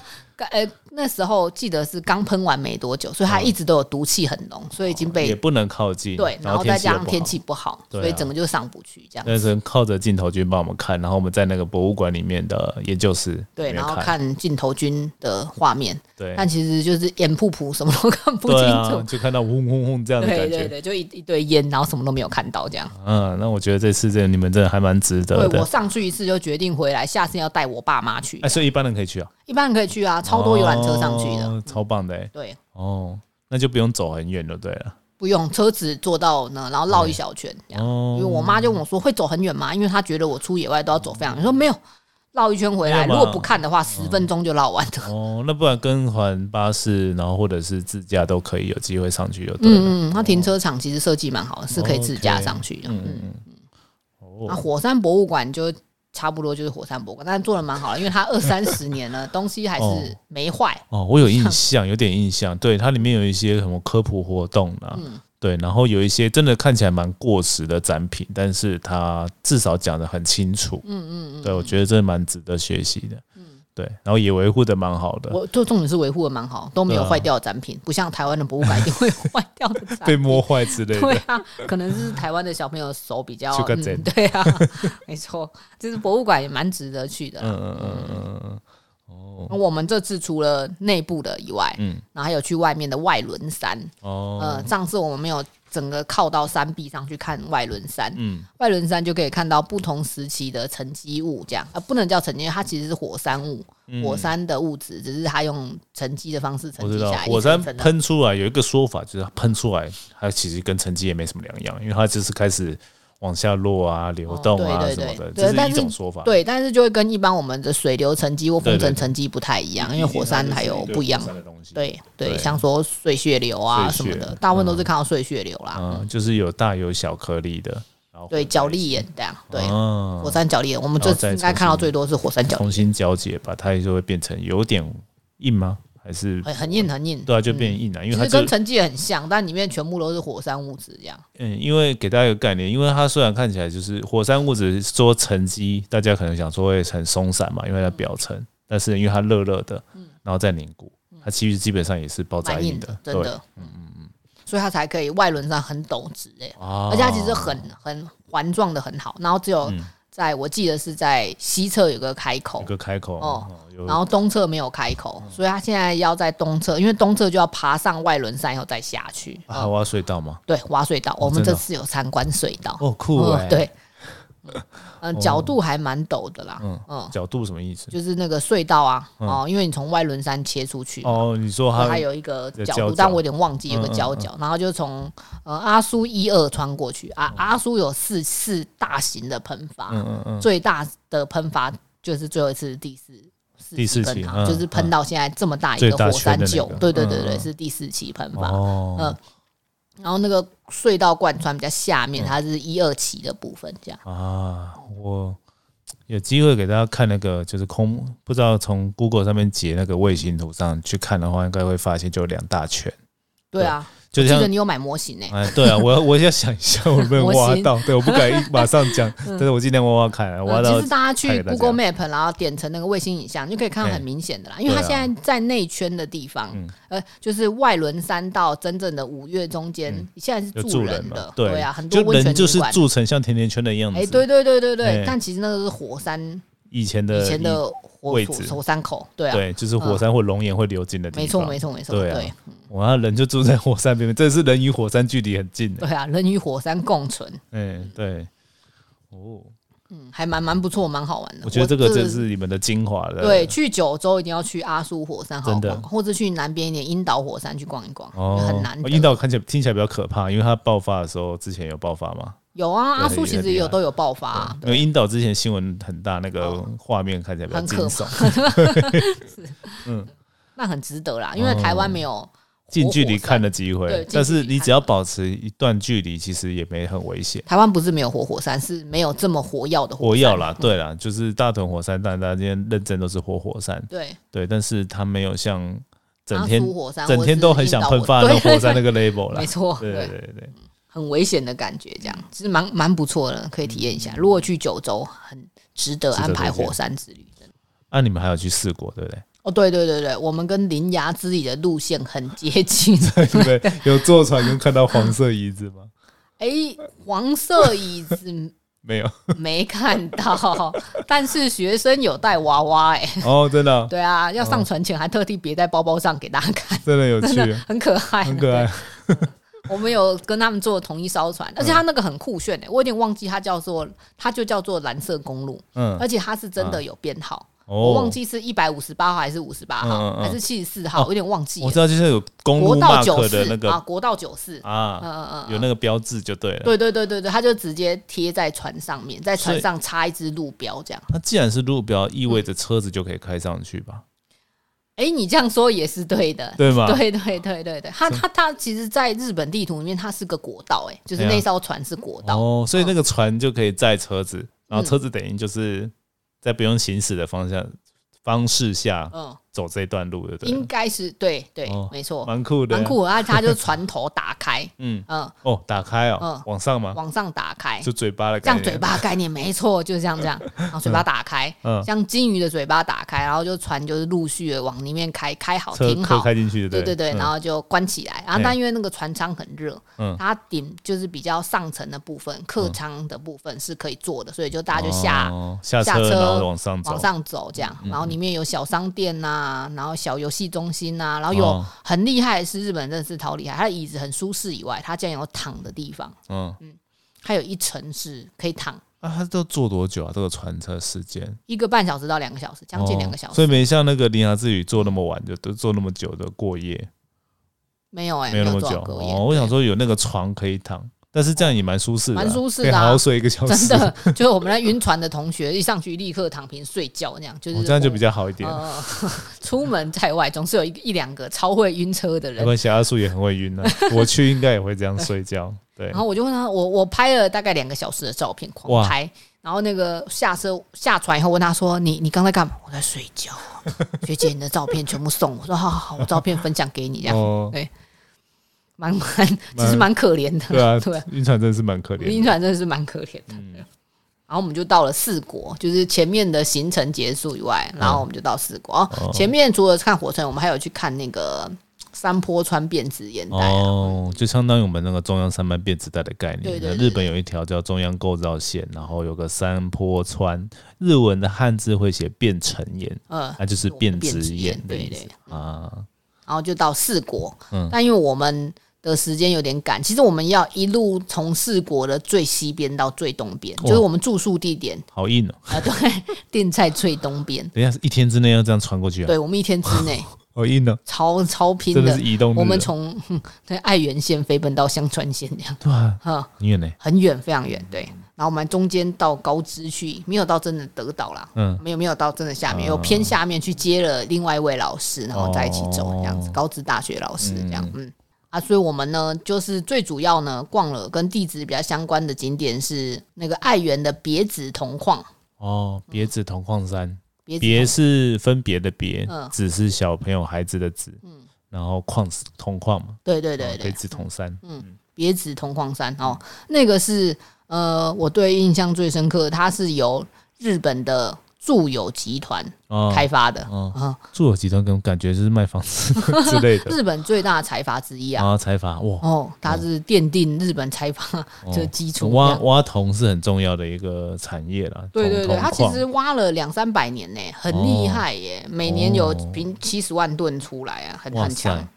呃，那时候记得是刚喷完没多久，所以它一直都有毒气很浓，所以已经被、也哦不能靠近，对，然然后再气又加上不天好气不好，对啊所以整个就上不去这样。那是靠着镜头君帮我们看，然后我们在那个博物馆里面的研究室对，里面然后看，看镜头君的画面，对，但其实就是眼扑扑，什么都看不清对啊，楚。就看到轰轰轰啊 这样的对感对觉。对，就一一堆烟，然后什么都没有看到这样。嗯，那我觉得这次这你们真的还蛮值得对的。我上去一次就决定回来，下次要带我爸妈去哎，。所以一般人可以去啊，一般人可以去啊，超多游览车上去的。哦超棒的哎。对，哦，那就不用走很远就对了。不用车子坐到呢，然后绕一小圈这样。哦因为我妈就跟我说会走很远嘛，因为她觉得我出野外都要走非常远。我说没有，绕一圈回来，没有嘛如果不看的话，十分钟就绕完的。哦，那不然跟环巴士，然后或者是自驾都可以有机会上去就对了。嗯嗯，它停车场其实设计蛮好的，是可以自驾上去的。嗯嗯，嗯嗯。那哦，火山博物馆就差不多就是火山博物馆，但是做的蛮好的，因为它二三十年了，东西还哦是没坏。哦，我有印象，有点印象。对，它里面有一些什么科普活动啊，嗯，对，然后有一些真的看起来蛮过时的展品，但是它至少讲得很清楚。嗯嗯嗯，对我觉得这蛮值得学习的。嗯，对，然后也维护的蛮好的，我就重点是维护的蛮好，都没有对啊坏掉的展品，不像台湾的博物馆一定会有坏掉的展品。被摸坏之 类对的。啊，可能是台湾的小朋友手比较，手较贱嗯、对啊， 没错，就是博物馆也蛮值得去的啦。嗯嗯嗯嗯嗯嗯，哦我们这次除了内部的以外，嗯然后还有去外面的外轮山。哦呃，上次我们没有整个靠到山壁上去看外轮山，嗯外轮山就可以看到不同时期的沉积物，这样啊、呃不能叫沉积，因为它其实是火山物，嗯火山的物质，只是它用沉积的方式沉我积知下道来。火一层啊山一层的喷出来有一个说法，就是它喷出来，它其实跟沉积也没什么两样，因为它就是开始往下落啊、流动啊哦对对什么的，对这但是一是种说法。对，但是就会跟一般我们的水流沉积或风对对尘对沉积不太一样，因为火山还有不一样火山的东西。对对，对像说碎屑流啊什碎么屑的，大部分都是看到碎屑流啦。嗯，就是有大有小颗粒的，然后啊对，角粒眼这样，对，嗯火山角粒眼，我们然这后次再应该重看到新最多是火山角，重新交接吧，它就会变成有点硬吗？还是很很硬很硬。对啊，就变硬了，因哎嗯为其它实就跟沉积也很像，但里面全部都是火山物质这样。嗯，因为给大家一个概念，因为它虽然看起来就是火山物质说沉积，大家可能想说会很松散嘛，因为它嗯表层，但是因为它热热的，然后再凝固，它其实基本上也是爆炸嗯蛮硬的，真对的，嗯嗯嗯，所以它才可以外轮上很陡直哎、啊而且它其实很很环状的很好，然后只有在、我记得是在西侧有个开口嗯有，个开口，哦哦有然后东侧没有开口，嗯所以它现在要在东侧，因为东侧就要爬上外轮山以后再下去。哦啊挖隧道吗？对，挖隧道，我们真的这哦次有参观隧道，哦，酷哎、嗯，对， 嗯，角度还蛮陡的啦，嗯嗯角度什么意思？就是那个隧道啊，哦，因为你从外轮山切出去，哦，你说它它有一个有角交角，度但我有点忘记有个嗯嗯角角，然后就从呃阿苏一二穿过去，啊，阿苏有四四大型的喷嗯发，嗯嗯，最大的喷发就是最后一次第四。第四喷期发嗯就是喷到现在这么大一最个大火圈山的那臼，个对对对嗯对，嗯是第四期喷发。哦嗯，然后那个隧道贯穿比较下嗯面，它是一二期的部分，这样。啊，我有机会给大家看那个，就是空，不知道从 Google 上面截那个卫星图上去看的话，应该会发现就有两大圈，对啊，就记像得你有买模型呢、哎，对啊，我要我要想一 下我能不能挖到，对，我不敢一马上讲，但是我尽量挖挖看啊，挖嗯，到其实大家看去给大 Google Map，然后点成那个卫星影像，你就可以看到哎很明显的啦，因为它对啊现在在内圈的地方，嗯呃，就是外轮山道真正的五月中间，现在嗯有是住住人的了，，对啊，很多就温泉人就是旅馆，住成像甜甜圈的样哎、子，对对对对对，哎但其实那个是火山以前的以前的火位火置火山口，对啊，对，就是火山或熔岩会流进的地方，没错没错没错，对对啊对嗯哇，那人就住在火山边边，这是人与火山距离很近的，啊，人与火山共存，嗯，对，哦，嗯，还蛮蛮不错，蛮好玩的。我觉得这个真真的是你们的精华了，对，，去九州一定要去阿苏火山好好真的逛，或者去南边一点樱岛火山去逛一逛，哦，很难得。印度看起来听起来比较可怕，因为它爆发的时候之前有爆发吗？有啊，对阿苏也其实也很厉有害都有爆发、啊，因为樱岛之前新闻很大，那个哦画面看起来比较很惊可悚。 那很值得啦，因为台湾没有哦近距离火火山看了几对回近，距离但是你只要保持一段距离，其实也没很危险。台湾不是没有火火山，是没有这么火药的火山。火药嗯啦，对啦，就是大屯火山，但大家今天认真都是活火山，对，对，但是它没有像整阿天苏火山整天都很想喷发或那者是火樱岛山火那个 label 对啦没。错，对对对，对对，很危险的感觉，这嗯样其实蛮蛮不错的，可以体验一下。如果去九州，很值得值得安排推荐火山之旅。真的那啊你们还有去试过，对不 对？哦，对对对对，我们跟铃芽之旅的路线很 接近。你们有坐船跟看到黄色椅子吗？哎、黄色椅子没 有没看到，但是学生有带娃娃、 哎，哦，真的啊对啊，要上船前还特地别在包包上给大家看，真的有趣，很可爱，很可爱。嗯我们有跟他们坐同一艘船，而且它那个很酷炫哎、我有点忘记它叫做，它就叫做蓝色公路，嗯，而且它是真的有编号，哦哎我忘记是一百五十八号还是五十八号、嗯嗯嗯还是七十四号，我有点忘记我了知。道，就是有公路国道九 mark 的四那啊，个国道九四，嗯啊，嗯嗯嗯，有那个标志就对了。对对对对对，它就直接贴在船上面，在所以船上插一支路标这样。那既然是路标，意味着车子就可以开上去吧？哎、你这样说也是对 的，对吗对对对对对，它它它其实，在日本地图里面，它是个国道、哎，就是对啊那艘船是国道，哦，所以那个船就可以载车子，然后车子等于就是在不用行驶的方向方式下嗯，走这段路，对不应对？该是对对，哦没错，蛮酷的，蛮。酷的。啊，它就船头打开， 嗯，嗯，哦，打开哦嗯，往上嘛，往上打开，就嘴巴的这感样觉。嘴巴的概念没错，就是这样这 样，然后嘴巴打开，嗯像金鱼的嘴巴打开，然后就船就是陆续的往里面开，开好车停车好，开进去，对对对对，嗯然后就关起来。然后哎但因为那个船舱很热嗯，它顶就是比较上层的部分，客舱的部分是可以坐的，所以就大家就下哦嗯下下车然后往上走往，上走这样。然后里面有小商店呐，然后小游戏中心呐，然后有哦很厉害的是日本真的是超厉害，它的椅子很舒适以外，它竟然有躺的地方，嗯，还有一层是可以躺啊，他都坐多久啊？这个船车时间一个半小时到两个小时，将近两个哦小时。所以没像那个《铃芽之旅》坐那么晚，就都坐那么久的过夜。没有哎、没有那么多久少个夜哦。我想说有那个床可以躺，但是这样也蛮舒适的啊，蛮舒适可以的啊好好睡一个小 真时， 的，就是我们在晕船的同学一上去立刻躺平睡觉，那样就是、哦这样就比较好一点。呃，出门在外总是有一一两个超会晕车的没人。关系，阿树也很会晕 啊，我去应该也会这样睡觉。对然，后我就问他，我我拍了大概两个小时的照片，狂哇拍。然后那个下车下船以后，问他说：“你你刚才干嘛？”我在睡觉 啊。学姐，你的照片全部送我。我说：“好好好，我照片分享给你。”这样哦，蛮蛮其实蛮可怜的。对啊 对啊，，晕船真的是蛮可怜晕的。船真的是蛮可怜的。嗯然后我们就到了四国，就是前面的行程结束以嗯外，然后我们就到四国。哦前面除了看火车，我们还有去看那个山坡川辫子眼带、啊。哦，就相当于我们那个中央山脉辫子带的概念。对对对日本有一条叫中央构造线，然后有个山坡川，日文的汉字会写变成岩，嗯，那就是变直岩的对意对思，啊。然后就到四国。嗯但因为我们的时间有点赶，其实我们要一路从四国的最西边到最东边，哇就是我们住宿地点好硬哦！啊、呃对， 定在最 东边。等一下，一天之内要这样穿过去啊，对我们一天之内好硬哦！超超拼真的的是，移动日我们哦从哼对爱媛县飞奔到香川县这样，对啊，哈，很远呢。很远，非常远，对。然后我们中间到高知去，没有到真的德岛啦，嗯，没有没有到真的下面，有偏下面去接了另外一位老师，然后在一起走这样子，哦高职大学老师这样，嗯啊，所以我们呢，就是最主要呢，逛了跟地质比较相关的景点是那个爱媛的别子铜矿，哦，别子同矿山，别子别铜是分别的别嗯，子是小朋友孩子的子，然后矿石铜矿嘛，对对对嗯可对以，指铜山，别指同矿山哦，嗯那个是呃，我对印象最深刻，它是由日本的住友集团哦开发的，哦啊，住友集团跟感觉就是卖房子 之类 的，日本最大的财阀之一然啊。后财阀哇，哦，它是奠定日本财阀哦这基础。挖挖铜是很重要的一个产业啦，啊对对对，铜它铜其矿实挖了两三百年呢、很厉害耶、每年有哦平七十万吨出来啊，很哇很强塞。，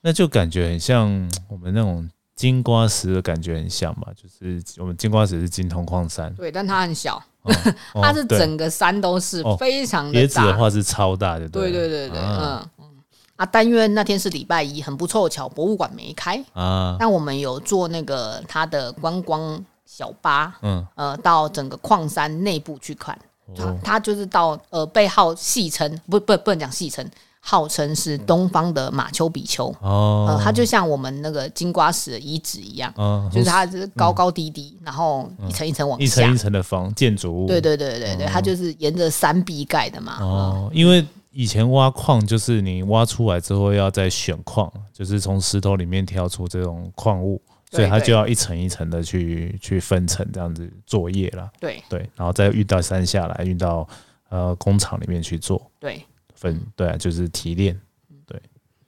那就感觉很像我们那种金瓜石的感觉很像吧，就是我们金瓜石是金铜矿山，对，但它很小，哦哦它是对整个山都是哦非常别的子大。的话是超大的，对了对对对，啊嗯嗯啊，但愿那天是礼拜一，很不凑巧，博物馆没开，啊，但我们有坐那个它的观光小巴，嗯，呃，到整个矿山内部去看。它哦它就是到呃被号戏称不不不能讲戏称，号称是东方的马丘比丘，呃哦，，它就像我们那个金瓜石的遗址一样，啊呃就是它是高高低低，然后一层一层往嗯一下层一。层的房建筑物，对对对对对，它就是沿着山壁盖的嘛。嗯哦，因为以前挖矿就是你挖出来之后要再选矿，就是从石头里面挑出这种矿物，所以对它对就要一层一层的去去分层这样子作业啦。对对，然后再运到山下来，运到呃工厂里面去做对分，对啊、就是提炼。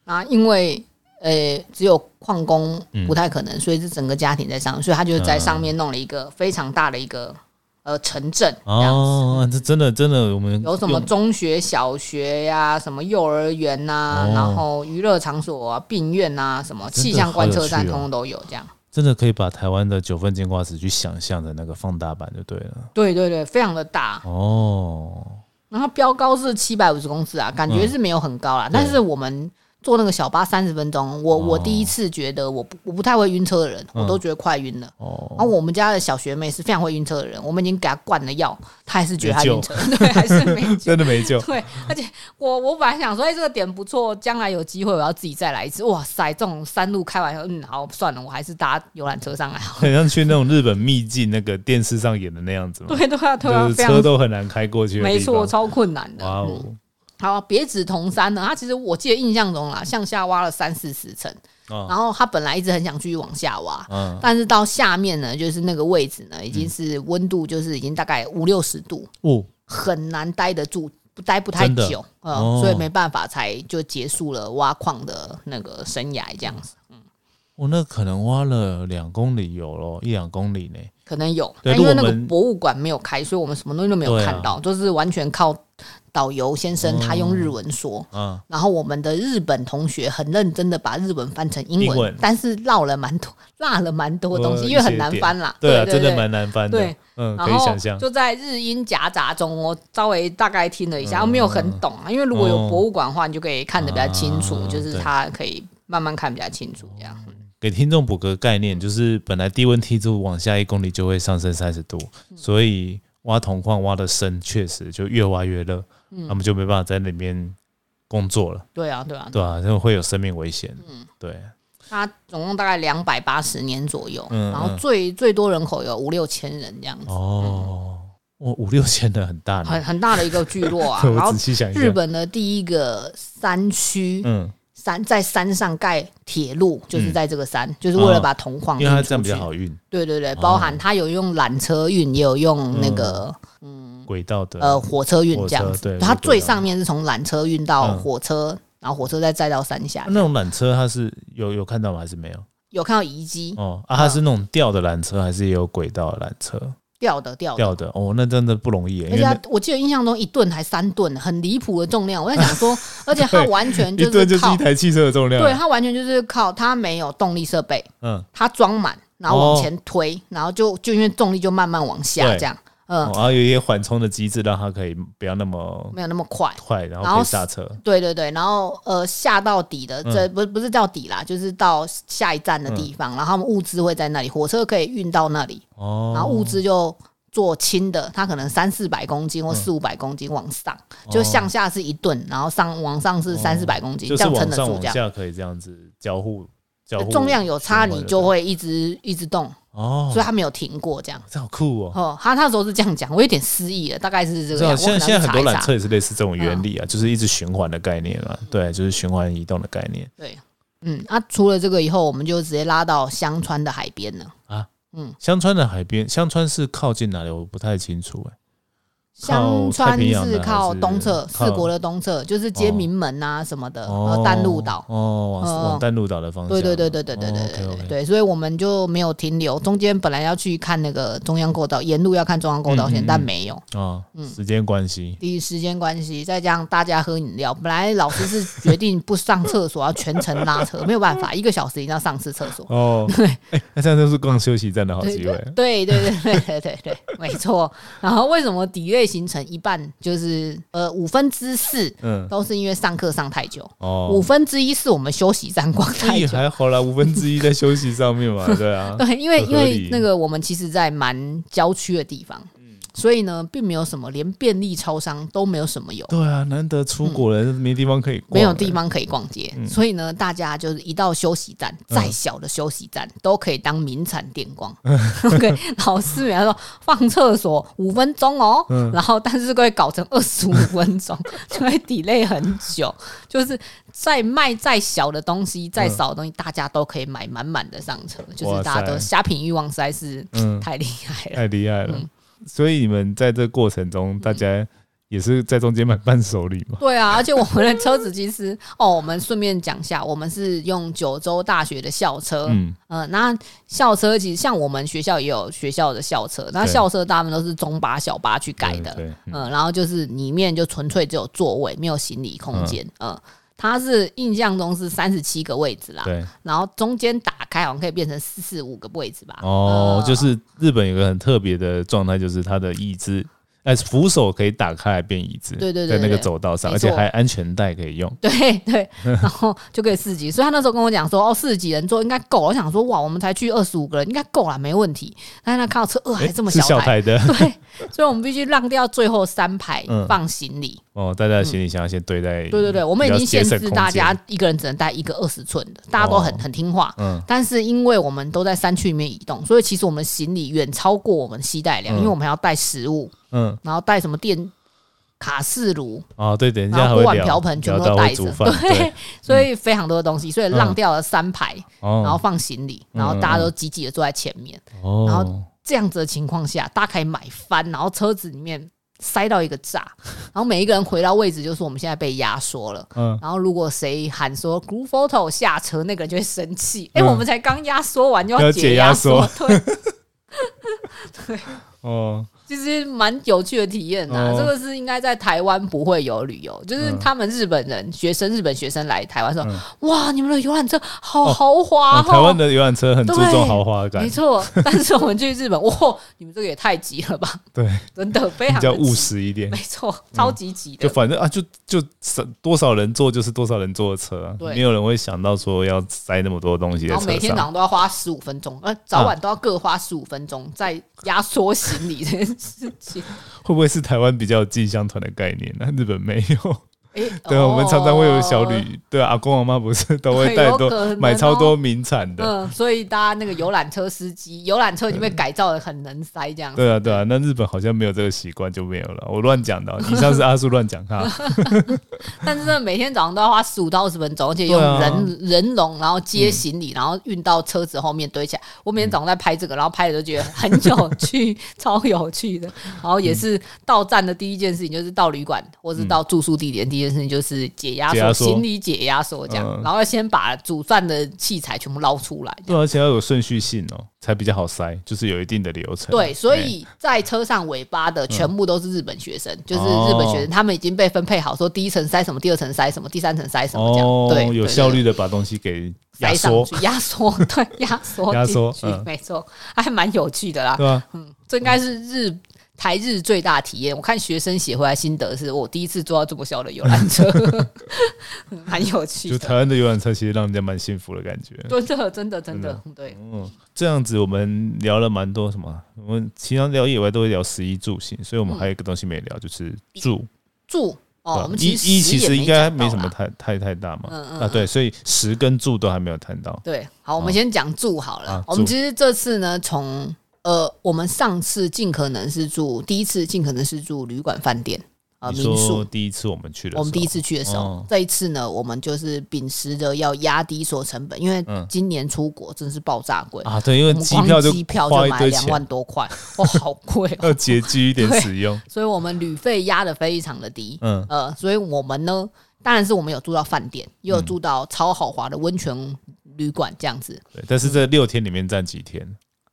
啊，因为呃只有矿工嗯不太可能，所以是整个家庭在上面，所以他就在上面弄了一个非常大的一个呃城镇这样子。哦，这真的真的，我们有什么用中学、小学呀、什么幼儿园呐、哦然后娱乐场所啊、病院呐、什么真的气象观测好有站，趣哦通通都有这样。真的可以把台湾的九份金瓜石去想象的那个放大版就对了。对对对，非常的大。哦，然后标高是七百五十公尺啊，感嗯觉是没有很高啦。但是我们坐那个小巴三十分钟，我、我哦第一次觉得我不我不太会晕车的人，嗯我都觉得快晕了。哦，然后啊我们家的小学妹是非常会晕车的人，我们已经给她灌了药，她还是觉得她没救晕车， 对，还是没 救。真的没救对，而且我我本来想说，哎、这个点不错，将来有机会我要自己再来一次。哇塞，这种山路开玩笑，嗯，好算了，我还是搭游览车上来好了。 很像去那种日本秘境那个电视上演的那样子嘛，对对啊，对啊，就是非车常都很难开过去的地没错，方。超困难的。哇嗯哦，好，别指铜山呢，它其实我记得印象中啦，向下挖了三四十层，啊然后他本来一直很想继续往下挖，嗯，但是到下面呢，就是那个位置呢，已经是温度就是已经大概五六十度，哦，很难待得住，不待不太真的久，呃，哦所以没办法才就结束了挖矿的那个生涯，这样子我哦那可能挖了两公里有咯，一两公里呢。可能有，对但因为如那果个我们博物馆没有开，所以我们什么东西都没有对啊看到，就是完全靠导游先生他用日文说，啊，然后我们的日本同学很认真的把日文翻成英文，英文但是绕了蛮多，落了蛮多东西，呃因为很难翻啦。对啊，对真的。蛮难翻的对。嗯，然可以后想象。就在日英夹杂中，我稍微大概听了一下，没有很懂啊。因为如果有哦博物馆的话，你就可以看得比较清楚，啊就是对它可以慢慢看比较清楚这样。给听众补个概念，就是本来低温梯度往下一公里就会上升三十度，嗯所以挖铜矿挖的深，确实就越挖越热，嗯他们就没办法在里面工作了，对啊，对啊。对吧、啊？就会有生命危险。嗯对，它总共大概两百八十年左右，嗯然后嗯最最多人口有五六千人这样子，哦，我五六千的很大很呢，很大的一个聚 落啊。然我后仔细想一下，日本的第一个山区，嗯，山在山上盖铁路，就是嗯哦在这个山，就是为了把铜矿因为运它出这样比较去。好哦运，对对对，包含它有用缆车运，也有用那嗯个、轨道的呃火车运这样火车子对。它我知道最上面是从缆车运到嗯火车，然后火车再载到山下。啊那种缆车，它是有有看到吗？还是没有？有看到遗迹哦，啊，它是那种吊的缆车，还是也有轨道的缆车？掉的掉的。吊的哦，那真的不容易耶，因而为且那它我记得印象中一吨还三吨，很离谱的重量。我在想 说，而且它完全一就吨啊就是靠一，台汽车的重量。对，它完全就是靠它没有动力设备，嗯，它装满，然后哦往前推，然后就就因为重力就慢慢往下对这样，嗯，哦然后有一些缓冲的机制，让它可以不要那么没有那么快。快，然然后可后以刹车。对对对，然后呃下到底的，嗯这不不是叫底啦，就是到下一站的地方，然后他们物资会在那里，火车可以运到那里，哦，然后物资就做轻的，它可能三四百公嗯斤或四五百公斤往上，哦就向下是一吨，然后上往上是三四百公斤，就这是样撑往得上住往这样。下可以这样子交互交互重量有差，循环你的就会一直一直动，哦所以，他没有停过这样。这好酷哦。哦，啊他那时候是这样讲，我有点失忆了，大概是这个这样。样，现在啊现在很多缆缆车也是类似嗯这种原理啊，就是一直循环的概念啊，对，就是循环移动的概念对，嗯，啊，除了这个以后，我们就直接拉到香川的海边了。啊。嗯，香川的海边，香川是靠近哪里？我不太清楚哎、香靠太川平洋是的靠还是东侧，靠四国的东侧，就是接哦名门啊什么的，哦呃，淡路岛。哦，往、嗯往淡路岛的方向。哦对对对对对对 o 对对 k 对 o k 对，所以我们就没有停留。中间本来要去看那个中央构造，沿路要看中央构造嗯线，嗯嗯但没有。哦，嗯时间关系，第一时间关系，再加上大家喝饮料，本来老师是决定不上厕所，要全程拉车，没有办法，一个小时一定要上次厕所。哦，哎、那这样就是逛休息站的好机会。对对对对对对对，没错。然后为什么 delay 行程一半就是呃五分之四嗯，都是因为上课上太久，五哦，分之一是我们休息站逛那太也久。嗯还好啦，五分之一在休息上面嘛，对啊， 对，因为很因合理为那个我们其实，在蛮郊区的地方，所以呢，并没有什么，连便利超商都没有什么有，对啊，难得出国了，没地方可以逛、没有地哎。方可以逛街，所以呢，大家就是一到休息站，再小的休息站、都可以当名产店 逛。OK，老师原来说放厕所五分钟哦，嗯然后但是会搞成二十五分钟， 就会 delay 很久。就是再卖再小的东西，再少的东西，大家都可以买满满的上车，就是哇大家都塞虾品欲望实在是嗯太厉害了。太厉害了。嗯所以你们在这过程中，大家也是在中间买伴手礼嘛？对啊，而且我们的车子其实哦，我们顺便讲一下，我们是用九州大学的校车，嗯，嗯，那校车其实像我们学校也有学校的校车，那对校车大部分都是中巴、小巴去改的，对，对嗯嗯，然后就是里面就纯粹只有座位，没有行李空间，嗯。它是印象中是三十七个位置啦，对，然后中间打开好像可以变成四四五个位置吧。哦，嗯就是日本有个很特别的状态，就是它的椅子，哎，扶手可以打开来变椅子，对对对在那对个对走道上，没而且错还安全带可以用。对对，然后就可以四十几。所以他那时候跟我讲说，哦，四十几人坐应该够了。我想说，哇，我们才去二十五个人，应该够了，没问题。但是他看到车，呃，还哎这么是小小台台，的 对，所以我们必须让掉最后三排嗯放行李。哦，大家的行李箱先堆在，嗯对对对，我们已比较经限节省制空大间家，一个人只能带一个二十寸的，大家都很哦很听话。嗯，但是因为我们都在山区里面移动，所以其实我们行李远超过我们携带量，嗯因为我们还要带食物，嗯，然后带什么电卡式炉，哦，对，等一然下还后会锅碗聊瓢盆聊全部到都会带煮着饭， 对对，所以非常多的东西，所以浪掉了三排，哦，然后放行李，然后大家都挤挤的坐在前面。哦，然后这样子的情况下，大家可以买翻，然后车子里面塞到一个炸，然后每一个人回到位置就说我们现在被压缩了。嗯，然后如果谁喊说 “group photo” 下车，那个人就会生气。哎、嗯我们才刚压缩完就要解解压缩 缩，对，哦，其实蛮有趣的体验呐、哦这个是应该在台湾不会有旅游，就是嗯他们日本人、学生、日本学生来台湾说：“嗯哇，你们的游览车好哦豪华哦哦！”台湾的游览车很注对重豪华感没，错，但是我们去日本，哇，你们这个也太急了吧？ 对，真的非比常较的急务，实一点没。错，超级急的。就反正啊，就就少多少人坐就是多少人坐的车、啊，对没有人会想到说要塞那么多东西在然后每车天早上。上都要花十五分钟，呃，早晚都要各花十五分钟，在压缩行李这件事 情。会不会是台湾比较有进香团的概念呢、日本没 有。哎、对、啊，哦我们常常会有小旅，对、啊，阿公阿妈不是都会对带哦有多、可能买超哦多名产的。嗯嗯，所以大家那个游览车司机，游览车已经被改造的很能塞这样子。对啊，对啊，那日本好像没有这个习惯，就没有了。我乱讲的哦，以上是阿叔乱讲哈。但是真的每天早上都要花十五到二十分钟，而且用对啊人、人龙，然后接行李，然后运到车子后面堆嗯起来。我每天早上在拍这个，然后拍的都觉得很有趣， 超有趣的。然后也是到站的第一件事情就是到旅馆，或是到住宿地点第一件事情就是解嗯压解压缩缩行李解压缩这样，嗯然后要先把主站的器材全部捞出来。对啊，而且要有顺序性哦，才比较好塞，就是有一定的流程。对，所哎以在车上尾巴的全部都是日本学生，嗯就是日本哦学生，他们已经被分配好，说第一层塞什么，第二层塞什么，第三层塞什么这样，哦，对，有对效。对率的把东西给压塞缩上，去，压缩，对， 压缩，压缩去，嗯没错，还蛮有趣的啦。对 啊，这应该是日台日最大体验。我看学生写回来心得是，我第一次坐到这么小的游览车， 嗯蛮有趣啊就的。台湾的游览车其实让人家蛮幸福的感觉。真的，真的，真真的的，对，嗯，这样子我们聊了蛮多什么，我们平常聊以外都会聊食衣住行，所以我们还有一个东西没聊，就是住。住哦，我们一其啊一实其实实也应该讲到没什么啦太太太大嘛，嗯嗯啊对，所以十跟住都还没有谈到，对，好，我哦们先讲住好了。啊我们住其实这次呢，从呃，我们上次尽可能是住第一次，尽可能是住旅馆、饭店啊、呃你民说宿。第一次我们去的时候，我们第一次去的时候，哦这一次呢，我们就是秉持着要压低所有成本，因为嗯今年出国真是爆炸贵，啊，对，因我为们机票光就机票花就一买堆两钱，万多块，哦，好贵要哦。拮据一点 对使用，所以我们旅费压的非常的低，嗯嗯呃，所以我们呢，当然是我们有住到饭店，也有住到超豪华的温泉旅馆这样子。对，但是这六天里面占几天？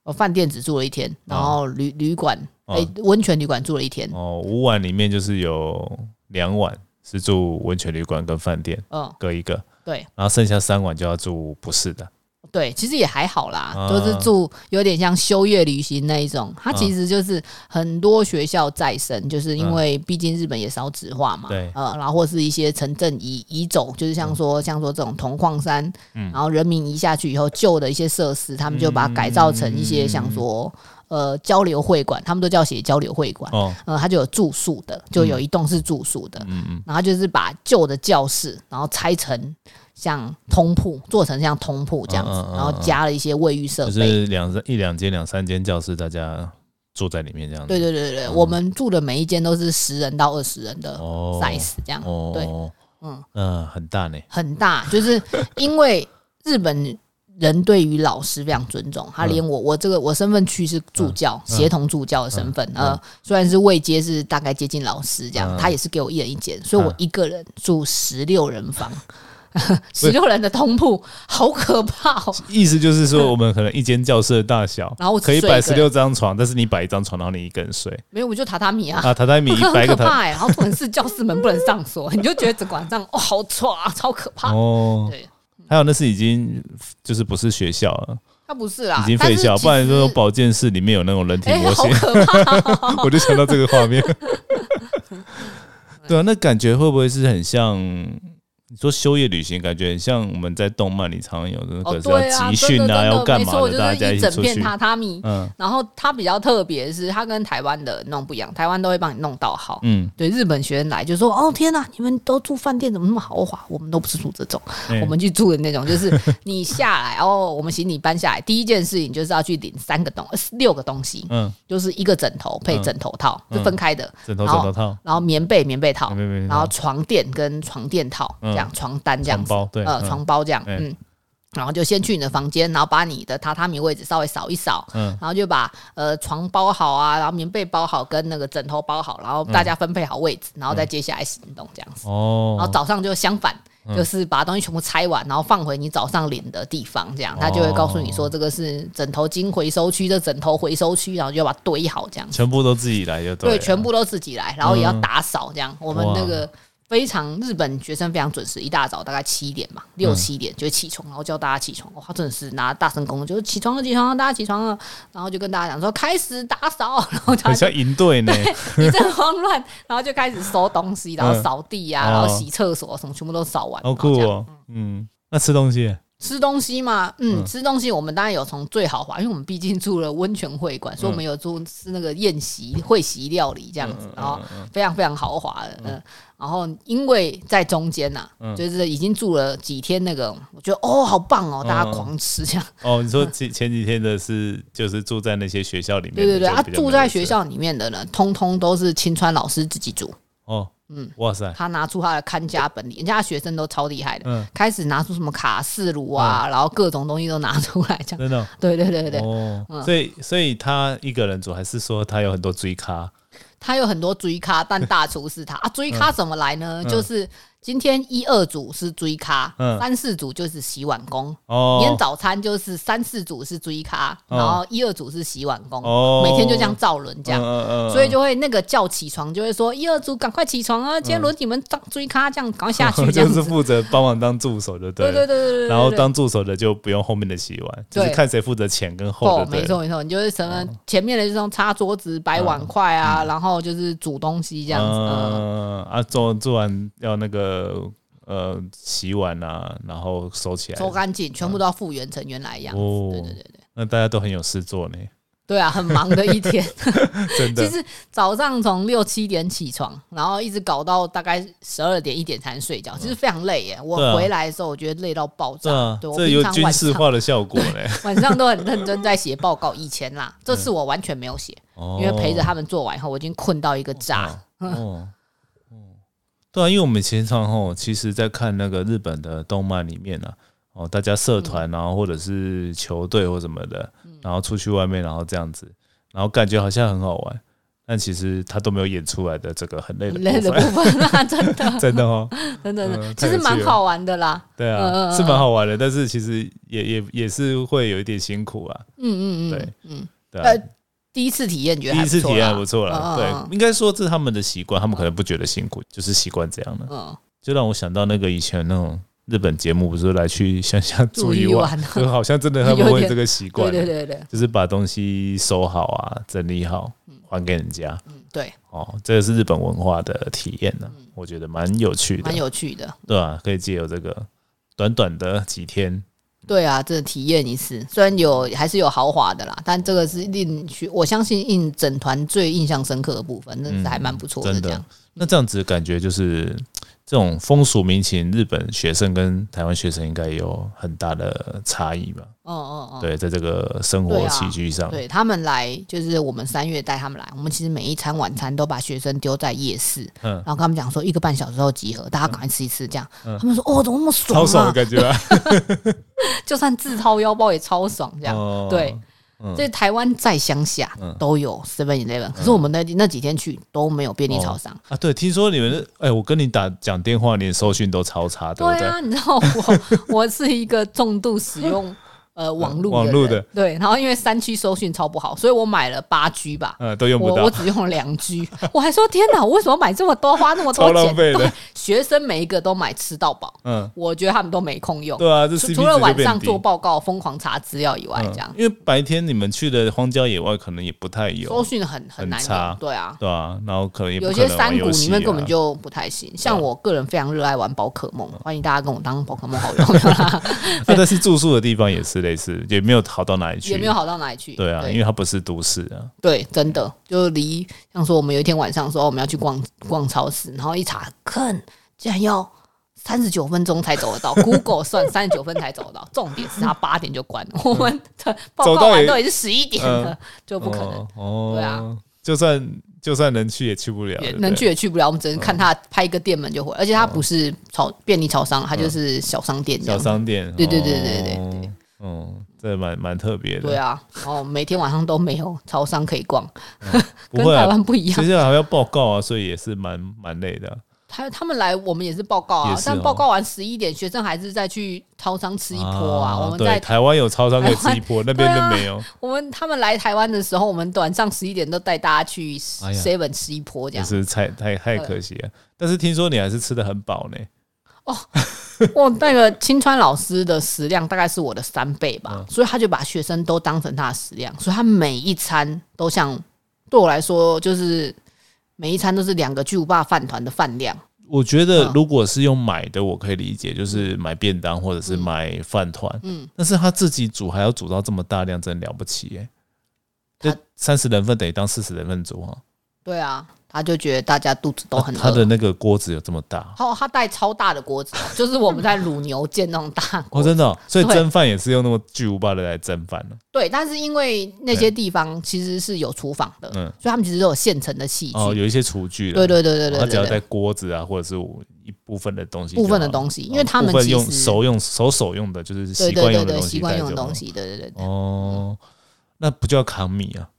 我饭店只住了一天，然后旅旅馆，哦哎、温泉旅馆住了一天，啊哦，五晚里面就是有两晚是住温泉旅馆跟饭店嗯，各一个，对然后剩下三晚就要住不是的，对，其实也还好啦，啊就是住有点像休业旅行那一种。它其实就是很多学校再生，就是因为毕竟日本也少子化嗯嘛，对呃，然后或是一些城镇移移走，就是像说、像说这种铜矿山，嗯然后人民移下去以后，旧的一些设施，他们就把它改造成一些嗯像说。呃，交流会馆，他们都叫写交流会馆。哦，呃，它就有住宿的，就有一栋是住宿的，嗯嗯，然后就是把旧的教室，然后拆成像通铺，做成像通铺这样子，嗯嗯嗯然后加了一些卫浴设就备。是两一两间两三间教室，大家住在里面这样子，对对对对对，我们住的每一间都是十人到二十人的嗯哦 size 这样，哦，对，嗯嗯很大呢，很大。 就是因为日本人对于老师非常尊重，他连嗯我我这个我身份区是助教，协同助教的身份，呃，虽然是位阶是大概接近老师这嗯样，他也是给我一人一间，所以我嗯一个人住十六人房。 十六人的通铺，好可怕哦！ 意思就是说，我们可能一间教室的大小，然后我只可以睡一个摆人十六张床，但是你摆一张床，然后你一个人睡没有，我就榻榻米啊，啊，榻榻米很一百很 个可榻，怕哎、然后重点是教室门不能上锁，你就觉得整个晚上哦好吵啊，超可怕。哦对，还有那是已经就是不是学校了，它不是啦，已经废校，不然说保健室里面有那种人体哎、模好型， 可怕。我就想到这个画 面。对啊，那感觉会不会是很像？你说休业旅行，感觉很像我们在动漫里常有的那哦，个是对要啊，集训真的真的要干没嘛错我的，大就家是一一起整出片去。榻榻米，嗯然后它比较特别的是，它跟台湾的弄不一样，台湾都会帮你弄到好。嗯，对日本学生来就说：“哦天哪、你们都住饭店怎么那么豪华？我们都不是住这种，嗯我们去住的那种，就是你下来哦，我们行李搬下来，第一件事情就是要去领三个东呃六个东西，嗯，就是一个枕头配枕头套，嗯是分开的，枕头然枕后头套，然后棉被棉被套，棉被棉被套然后床垫跟床垫套，嗯这样床单这样子床包对呃，嗯床包这样，对嗯。然后就先去你的房间，然后把你的榻榻米位置稍微扫一扫，嗯然后就把呃床包好啊，然后棉被包好，跟那个枕头包嗯好，然后大家分配好位置，然后再接下来行动这样子。然后哦，嗯早上就相反，就是把东西全部拆完，然后放回你早上领的地方，这样他就会告诉你哦说这个是枕头巾回收区，这枕头回收区，然后就要把它堆好这样子。全部都自己来就对了，对，全部都自己来，然后也要嗯打扫这样。我们哇那个非常日本学生非常准时，一大早大概七点嗯嘛，六七点就会起床，然后叫大家起床。哇，他真的是拿大声公，就是起床了，起床了，大家起床了，然后就跟大家讲说开始打扫， 然后大很家像营队呢。一阵慌乱，然后就开始收东西，然后嗯扫地啊，哦然后洗厕所什么，全部都扫完。好然后酷这样哦，嗯，那吃东西，吃东西嘛，嗯，吃东西我们当然有从最豪华，因为我们毕竟住了温泉会嗯馆，所以我们有住吃那个宴席会席料理这样嗯子，然后非常非常豪华的，嗯，然后因为在中间呐、嗯就是已经住了几天那个，我觉得哦好棒嗯哦，大家狂 吃这样，哦，你说嗯前前几天的是就是住在那些学校里面的，对对对，就啊，比较住没在意思学校里面的人，通通都是青川老师自己煮，哦，嗯，哇塞，他拿出他的看家本 领，人家学生都超厉害的，嗯开始拿出什么卡式炉啊，然后各种东西都拿出来这 样，真的哦对对对 对对，嗯哦，所以所以他一个人煮，还是说他有很多追咖？他有很多追咖，但大厨是他嗯啊。追咖怎么来呢？就是今天一二组是追咖，嗯三四组就是洗碗工。哦，今天早餐就是三四组是追咖，哦然后一二组是洗碗工，哦每天就这样造轮这样。嗯嗯嗯所以就会那个叫起床，就会说一二组赶快起床啊！今天轮你们当追咖，这样赶快下 去这嗯就样是子。负责帮忙当助手的，对对对对对对。然后对当助手的就不用后面的洗碗，就是对看谁负责前跟后哦的，，对哦没了。错没错，你就是什么前面的这种擦桌子、摆碗筷啊，然后就是煮东西这样子。嗯嗯啊，做做完要那个呃洗碗啊，然后收起来。收干净，全部都要复原成原来样嗯子。哦对对对对， 那大家都很有事做呢。对啊，很忙的 一天。真其的，实早上从六七点起床，然后一直搞到大概十二点一点才能睡觉，其实非常累耶。对啊我回来的时候，我觉得累到爆这炸。啊对，我这平有常军晚事上化 的效果嘞。 晚上都很认真在写报告，以前啦，这嗯次我完全没有写，因因为陪着他们做完以后，我已经困到一个炸。哦哦，对啊，因为我们前常吼，其实在看那个日本的动漫里面呢、啊，哦，大家嗯社团啊，或者是球队或什么的，然后出去外面，然后这样子，然后感觉好像很好玩，但其实他都没有演出来的这个很累的累的部部分，分啊，真 的，真的哦，真的，真的嗯其实太有趣蛮了好玩的啦。对嗯啊，嗯嗯是蛮好玩的，但是其实也也也是会有一点辛苦啊，嗯嗯嗯，对嗯，对啊呃，，第一次体验觉得第一还不次体错啦验还不错啦，嗯嗯对，应该说这是他们的习惯，他们可能不觉得辛苦，就是习惯这样的。嗯，就让我想到那个以前那种日本节目，不是来去乡下住一晚住一晚，就好像真的他们有会点这个习惯， 对对对对，就是把东西收好啊，整理好，还给人家。嗯对，哦，这个是日本文化的体验呢、我觉得蛮有趣的嗯蛮，有趣的。对吧、可以借由这个短短的几天，对啊，真的体验一次，虽然有还是有豪华的啦，但这个是令去我相信印整团最印象深刻的部分，真的是还蛮不错嗯真这样的。。那这样子感觉就是这种风俗民情，日本学生跟台湾学生应该有很大的差异吧？嗯嗯嗯，对，在这个生对活啊起居上，对他们来，就是我们三月带他们来，我们其实每一餐晚餐都把学生丢在夜市，嗯然后跟他们讲说一个半小时后集合，大家赶快吃一吃，这样、他们说哦怎么那么爽嗯超啊，爽的感觉啊！就算自掏腰包也超爽这样，哦嗯对。所以台湾在乡下都有 Seven Eleven，、可是我们那那几天去都没有便利超商。啊，对，听说你们的，哎、我跟你打讲电话，连收讯都超差，对不对？对啊，你知道我 我是一个重度使用呃网络嗯网络的人对，然后因为山区搜讯超不好，所以我买了八 G 吧。嗯，都用不我到我，只用了两 G，我还说天哪，我为什么买这么多，花那么多超浪钱？费的对，学生每一个都买吃到饱，嗯，我觉得他们都没空用，对啊，这 CP 除值除了就晚变上低做报告、疯狂查资料以外，这样嗯，因为白天你们去的荒郊野外可能也不太有搜，讯很嗯很很难差用，对啊，对啊，然后可能也不有可些能山玩游谷里戏面根啊嗯本就不太行。像我个人非常热爱玩宝可梦，欢迎大家跟我当宝可梦好友， 没有啦 啊，但是住宿的地方也是类似，也没有好到哪里去，啊也没有好到哪里去。对啊，因为它不是都市啊，对，真的就离像说我们有一天晚上说哦我们要去逛逛超市，然后一查，看竟然要。三十九分钟才走得到 ，Google 算三十九分才走得到。重点是他八点就关了，我们的嗯报走告到完也嗯都已经十一点了，就不可能。哦，哦对啊，就算就算能去也去不了，嗯也对不能对去也去不了，我们只能看他拍一个店门就回来，而且他不是超便利超商，他就是小商店这嗯小样。商店，对对对对对哦对，嗯，这蛮蛮特别的，对啊，然后每天晚上都没有超商可以逛，不跟会台啊，湾不接一样。下来还要报告啊，所以也是蛮蛮累的啊。他他们来，我们也是报告也啊，是但哦报告完十一点，学生还是再去超商吃一波啊。我们对在台湾有超商可以吃一波，那边对啊就没有，我们他们来台湾的时候，我们晚上十一点都带大家去哎呀 Seven 吃一波 这也样。是太太太可惜了。但是听说你还是吃的很饱呢，哦，那个青川老师的食量大概是我的三倍嗯吧，所以他就把学生都当成他的食量，所以他每一餐都像对我来说，就是每一餐都是两个巨无霸饭团的饭量。我觉得嗯如果是用买的，我可以理解，就是买便当或者嗯是买饭团，嗯，但是他自己煮还要煮到这么大量，真了不起耶！他这三十人份等于当四十人份煮啊，对啊，他就觉得大家肚子都很他饿的。那个锅子有这么大他他带超大的锅子，就是我们在卤牛腱那种大锅哦，子。真的哦，所以对蒸饭也是用那么巨无霸的来蒸饭了，对，但是因为那些地方其实是有厨房的，嗯所以他们其实都有现成的器具。哦，有一些厨具了对，对对对它对只要对带对，锅子啊，或者是我一部分的东西就好，哦部分的东西，因为他部们分其用实手用手手用的，就是对习对惯对用的对东西，习惯用的东。西，对对对。对哦，那不叫扛米啊？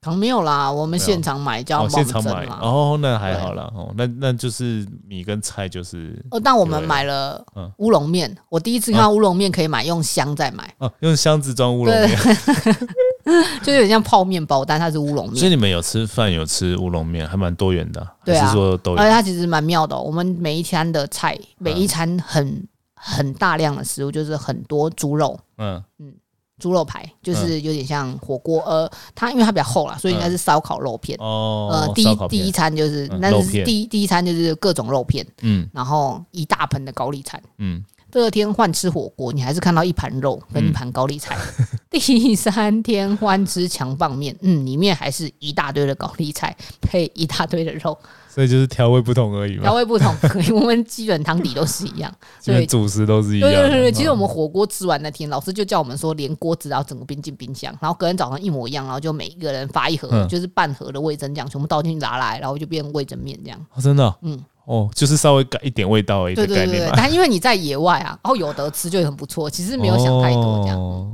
糖没有啦，我们没有现场买叫哦，现场蒙买蒸啦。哦，那还好啦。哦，那那就是米跟菜就是哦，但我们对买了嗯乌龙面，我第一次看到乌龙面可以买用箱在买，哦，用箱子装乌龙对面。就有点像泡面包，但它是乌龙 面所以。你们有吃饭有吃乌龙面，还蛮多元的啊，对啊还是说都而有且它其实蛮妙的哦、我们每一餐的菜，嗯每一餐很很大量的食物，就是很多猪肉，嗯猪肉排，就是有点像火锅。呃，它因为它比较厚啦，所以嗯应该是烧烤肉片。哦呃，，第烧一烤第一片餐就是，嗯那肉是片第一第一餐就是各种肉片，嗯然后一大盆的高丽菜。嗯 第二天换吃火锅，你还是看到一盘肉跟一盘高丽菜，第三天欢吃强棒面，嗯，里面还是一大堆的高丽菜配一大堆的肉，所以就是调味不同而已调嘛，味不同，我们基本汤底都是一样。基本主食都是一样对的。对对对，其实嗯我们火锅吃完那天，老师就叫我们说，连锅子然后整个冰进冰箱，然后隔天早上一模一样，然后就每一个人发一盒，嗯就是半盒的味噌酱，全部倒进去拿来，然后就变味噌面这样。哦真的哦，嗯哦，就是稍微改一点味道而已对的对概对念对，嘛，但因为你在野外啊，然后有得吃就很不错，其实没有想太多这样。哦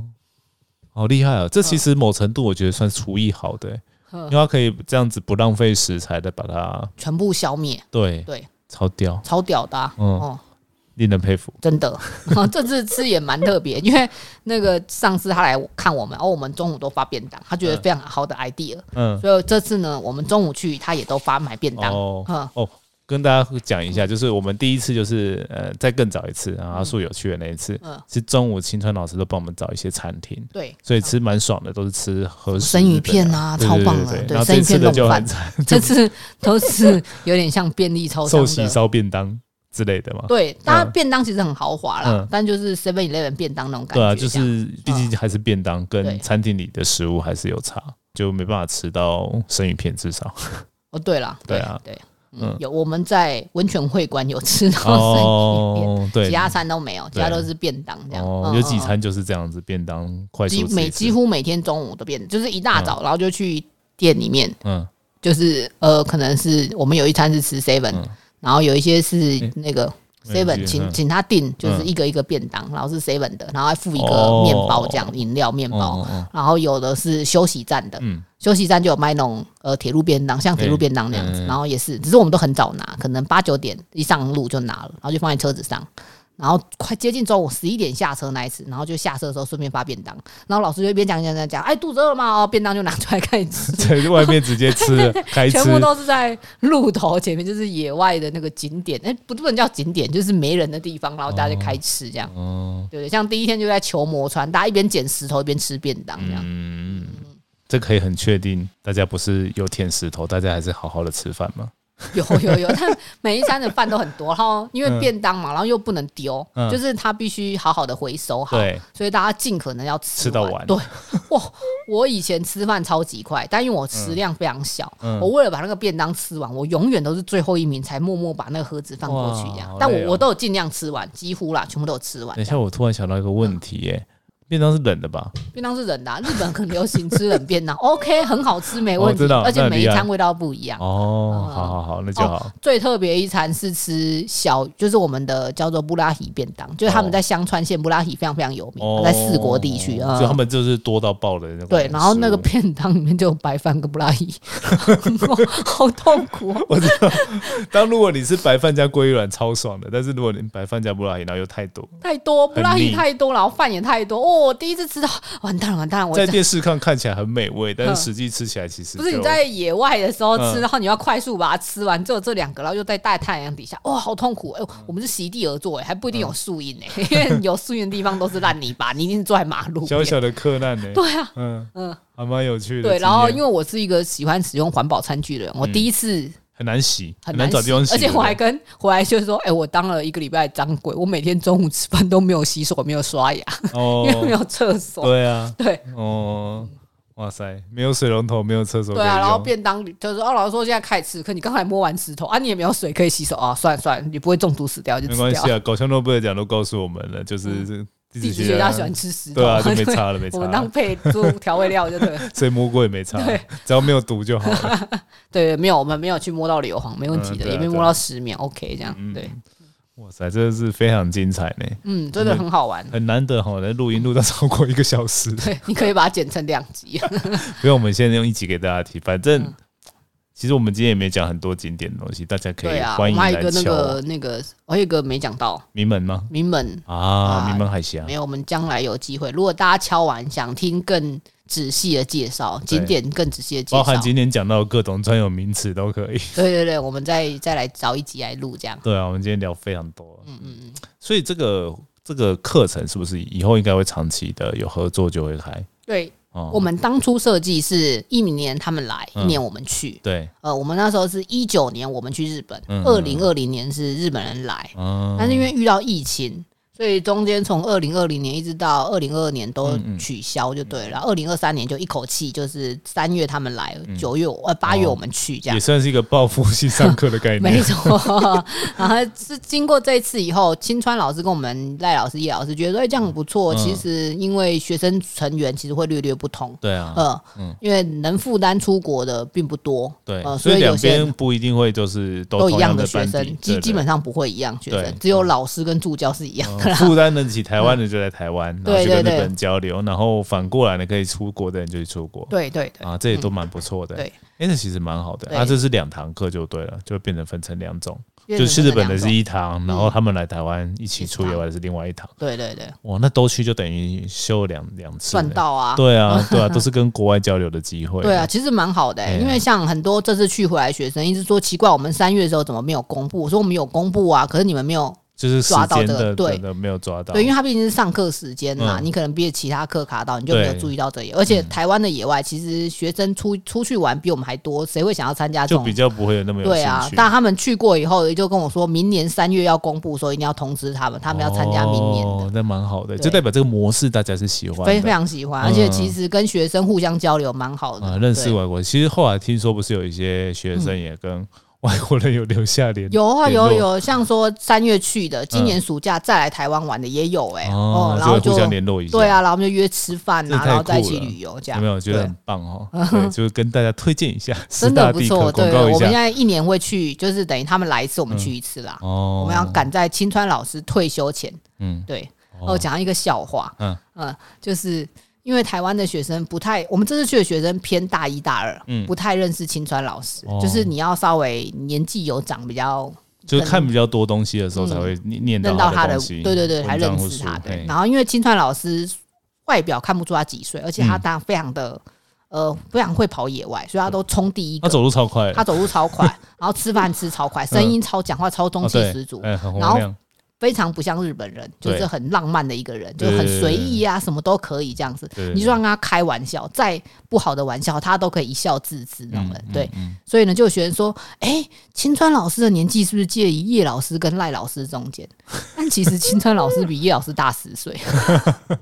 好厉害哦！这其实某程度我觉得算厨艺好的、欸因为嗯它可以这样子不浪费食材的把它全部消灭，对对超掉，超屌的、啊，嗯哦，令人佩服。真的， 这次吃也蛮特别，因为那个上次他来看我们，哦，我们中午都发便当，他觉得非常好的 idea，、嗯，所以这次呢，我们中午去他也都发买便当，哦嗯哦，跟大家讲一下，就是我们第一次就是呃，再更早一次，然后阿树有去的那一次，嗯是中午青川老师都帮我们找一些餐厅。对，所以吃蛮爽的，都是吃和食生鱼片啊日本超棒的对对对然后生鱼这次片的就弄很饭惨，这次都是有点像便利超商寿的喜烧便当之类的嘛。对，它便当其实很豪华啦，嗯但就是 Seven Eleven 便当那种感对觉，嗯啊，就是毕竟还是便当对跟餐厅里的食物还是有差，就没办法吃到生鱼片，至少 哦，对啦，对对啊对，嗯嗯，哦有我们在温泉会馆有吃到哦生鱼片，对其，他餐都没有，其对他都是便当这样，哦，嗯有几。嗯嗯餐就是这样子，便当快几速吃一每次几乎每天中午都便，就是一大早，然后就去店里面，嗯， 就是呃，可能是我们有一餐是吃 seven，、嗯然后有一些是那个没有 seven，、记请嗯请他订，就是嗯一个一个便当，然后是 seven 的，然后还附一个哦面包这样，饮、料面包。哦哦然后有的是休息站的，嗯休息站就有卖那种呃铁路便当，像铁路便当那样嗯子，嗯嗯然后也是，只是我们都很早拿，可能八九点一上路就拿了，然后就放在车子上，然后快接近中午十一点下车那一次，然后就下车的时候顺便发便当，然后老师就一边讲讲讲讲，哎肚子饿了吗？哦，便当就拿出来开始吃，在外面直接吃 了，开吃全，部都是在路头前面，就是野外的那个景点，哎、不不能叫景点，就是没人的地方，然后大家就开吃这样，哦，对不对？像第一天就在球磨川，大家一边捡石头一边吃便当这样。嗯，这可以很确定，大家不是有舔石头，大家还是好好的吃饭嘛。 有有有，但每一餐的饭都很多，然后因为便当嘛，然后又不能丢，嗯就是它必须好好的回收好，对，所以大家尽可能要吃吃到完。完对，哇，我以前吃饭超级快，但因为我食量非常小，嗯我为了把那个便当吃完，我永远都是最后一名，才默默把那个盒子放过去这样哇。但好累我哦我都有尽量吃完，几乎啦，全部都有吃完等一。下，我突然想到一个问题、耶，嗯便当是冷的吧？便当是冷的啊、日本很流行吃冷便当，OK，很好吃，没问哦题，知道而且那很每一厉害餐味道不一样。哦嗯，好好好，那就好。最特别一餐是吃小，就是我们的叫做布拉提便当，就是他们在香川县布拉提非常非常有名，哦，在四国地区啊。就他们就是多到爆的那种。对，然后那个，便当里面就有白饭跟布拉 提，好痛苦、哦。我知道。 当如果你是白饭加鲑鱼卵，超爽的；但是如果你白饭加布拉吉，然后又太多，太多布拉很提腻太多，然后饭也太多。哦，我第一次吃到，完蛋了，完蛋了！我在这电视看看起来很美味，但是实际吃起来其实不是就你在野外的时候嗯吃，然后你要快速把它吃完，只有这两个，然后又在大太阳底下，哇，好痛苦！哎、嗯我们是席地而坐、哎，还不一定有树荫哎，因为有树荫的地方都是烂泥巴，你一定是坐在马路边。小小的克难呢。 对啊，嗯嗯嗯，还蛮有趣的经验。对，嗯然后因为我是一个喜欢使用环保餐具的人，我第一次很难洗，很难难找洗地方洗，而且我还对跟回来就说，哎、我当了一个礼拜的掌柜，我每天中午吃饭都没有洗手，没有刷牙，不对哦 因，为没有厕所。对啊，对哦，哇塞，没有水龙头，没有厕所可以对用，啊，然后便当就是哦，老师说现在开始吃，可你刚才摸完石头啊，你也没有水可以洗手啊，算了算了，你不会中毒死掉就没吃关掉系。啊，狗熊诺贝尔奖都告诉我们了，就是这地地质质学家家喜欢吃石头，对啊，就没差了，没我差们当了，配做调味料就对了。所以摸过也没差 对，只要没有毒就好了。对，没有，我们没有去摸到硫磺，没问题嗯的，对啊也没摸到石棉，OK，这样嗯对，哇塞，真的是非常精彩呢，嗯，真的很好玩。很难得哈，那录音录到超过一个小时， 对，你可以把它剪成两集。不用我们现在用一集给大家听，反正嗯。其实我们今天也没讲很多景点的东西，大家 可对以啊，我欢们迎还有来一个那敲个那个，还有一个没讲到名门吗？名门，啊啊，名门海峡没有，我们将来有机会，如果大家敲完想听更仔细的介绍，景点更仔细的介包含绍，今天讲到的各种专有名词都可以。对对对，我们再再来找一集来录这样。对啊，我们今天聊非常多，嗯嗯嗯，所以这个这个课程是不是以后应该会长期的有合作就会开？对哦，我们当初设计是一明年他们来，一嗯年我们去。对，呃，我们那时候是一九年我们去日本嗯，二零二零年是日本人来，嗯，但是因为遇到疫情，所以中间从二零二零年一直到二零二二年嗯都取消就对了，二零二三年就一口气就是三月他们来，嗯九月我呃八月我们去这样也。算是一个报复性上课的概 没念。错， 然后是经过这次以后，青川老师跟我们赖老师、叶老师觉得，哎、这样很不错。嗯其实因为学生成员其实会略略不同，对 啊，呃，嗯因为能负担出国的并不多，对，呃，所所以以两有些边人不一定会就是都都一同样的学班底生，基基本上不不一样学对嗯哦生，只有老师跟助教是一样对的对 啦。负担得起台湾的就在台 湾，然后对去跟日对对本交流，然后反过来呢，可以出国的人就去出国。对对对嗯啊，这也都蛮不错的。对，哎，那其实蛮好的。对啊，这是两堂课就对了，就变成分成两种，因为就是日本的两是种嗯一堂，然后他们来台湾一起一出堂游的是另外一堂。对对对，哇，那都去就等于修两两次赚了。到啊，对 啊，对啊，都是跟国外交流的机会。对啊，，其实蛮好的、哎欸，呀因为像很多这次去回来的学生一直说奇怪，我们三月的时候怎么没有公布？我说我们有公布啊，可是你们没有，就是时抓到间这个的对真的没有抓到。对，因为它毕竟是上课时间嘛，啊嗯你可能被其他课卡到，你就没有对注意到这里。而且台湾的野外其实学生出出去玩比我们还多，谁会想要参加这就种比？较不会有那么有对啊兴，趣。但他们去过以后，就跟我说明年三月要公布，说一定要通知他们，他们要参加明年的。哦、那蛮好的，对就代表这个模式大家是喜欢的，非非常喜欢，嗯而且其实跟学生互相交流蛮好的，啊，认识对外国人。其实后来听说，不是有一些学生也跟外国人有留下联有啊联络嗯有有，像说三月去的，今年暑假再来台湾玩的也有哎、哦，然后就会就互相联络一下，对啊，然后我们就约吃饭这呐、太然后再一起酷了旅游这有样没，有觉得对很棒 哦？对，就是跟大家推荐一下四真的大不地可错。广对，告一我们现下在一年会去，就是等于他们来一次，我们去一次啦。哦。我们要赶在青川老师退休前，嗯对，哦，讲一个笑话，嗯嗯就是因为台湾的学生不太，我们这次去的学生偏大一大二，嗯不太认识青川老师，哦就是你要稍微年纪有长比较就是看比较多东西的时候嗯才会念念认到他他的东，西，对对对，文还认章或识他。书对嘿，然后因为青川老师外表看不出他几岁，而且嗯他当非常的、呃非常会跑野外，所以他都冲第一他个，走路超快的，他走路超 快，然后吃饭吃超快，声音超讲话超中哦气对十足。哎，很然洪后亮，非常不像日本人，就对是很浪漫的一个人，就对很随意啊，什么都可以这样子对。你就让他开玩笑，再不好的玩笑，他都可以一笑置之那种人。对，嗯所以呢，就有学生说：“哎、青川老师的年纪是不是介于叶老师跟赖老师中间？”但其实青川老师比叶老师大十岁，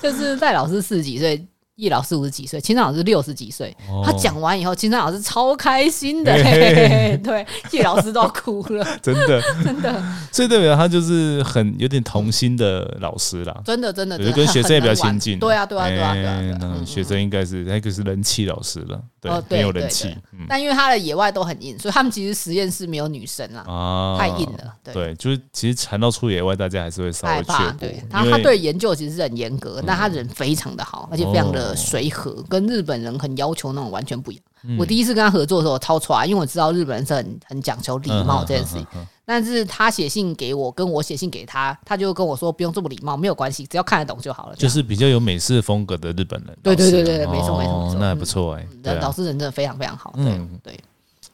就是赖老师四十几岁，叶老师五十几岁，青川老师六十几岁。哦他讲完以后，青川老师超开心的、嘿嘿嘿嘿嘿嘿 对，叶老师都要哭了， 真的真的， 所以代表他就是很有点童心的老师 啦，真的真的，对真的就跟学生也比较很亲很近。很对啊对啊对啊对啊哎对啊。那嗯学生应该是那个是人气老师了，对哦，很对有人对气嗯对但因为他的野外都很硬，所以他们其实实验室没有女生啦，啊，太硬。了。对，对，就是其实缠到出野外，大家还是会稍害微怕。却步对，，然后因他为嗯对研究其实是很严格，但他人非常的好，而且非常哦的随和，跟日本人很要求那种完全不一样。嗯我第一次跟他合作的时候，我超出来，因为我知道日本人是很很讲求礼嗯貌这件事情。但是他写信给我，跟我写信给他，他就跟我说不用这么礼貌，没有关系，只要看得懂就好了。就这样是比较有美式风格的日本人老对师啊。对对对对没错没错哦没错嗯那还不错哎，对老啊，师人真的非常非常好。对嗯对，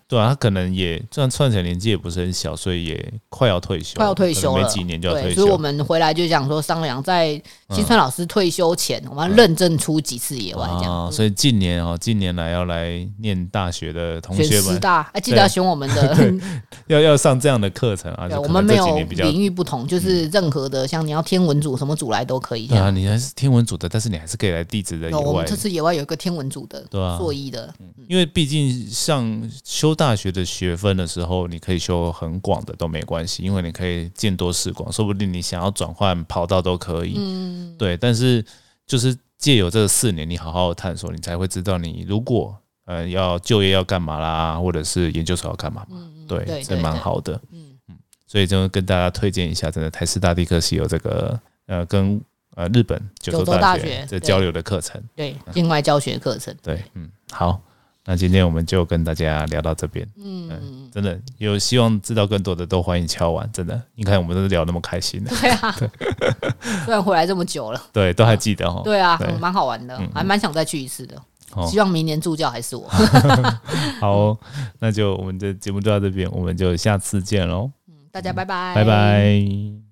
对啊，他可能也虽然串起来年纪也不是很小，所以也快要退休了，快要退可能休了，没几年就要对退所以我休。嗯们回来就想说商量，在金川老师退休前，我们要认真出几次野外这样。嗯啊，所以近年哦，近年来要来念大学的同选学师们，大，哎，记得要选我们的。 要要上这样的课程啊，对，就我可们能没这几有啊年比较嗯领域不同，就是任何的，像你要天文组什么组来都可以这对啊，样。你还是天文组的，但是你还是可以来地质的以哦有我外们，这次野外有一个天文组的，对啊做医的，因为毕竟上修大学的学分的时候，你可以修很广的都没关系，因为你可以见多识广，说不定你想要转换跑道都可以。嗯，对，但是就是借由这四年，你好好探索，你才会知道你如果呃要就业要干嘛啦，或者是研究所要干嘛嘛。对，嗯对这对蛮对好的。嗯，所以就跟大家推荐一下，真的台师大地科系有这个呃跟呃日本九州九州大大学学的对交流的课程。对，境外教学课程。对，嗯，好，那今天我们就跟大家聊到这边。嗯真的有希望知道更多的都欢迎敲完，真的，你看我们都聊那么开心 的，对啊，虽然回来这么久了，对，都还记得哦。对啊对，嗯蛮好玩的，还蛮想再去一次的哦。希望明年助教还是我。好哦、嗯那就我们的节目就到这边，我们就下次见喽，大家拜拜，嗯拜拜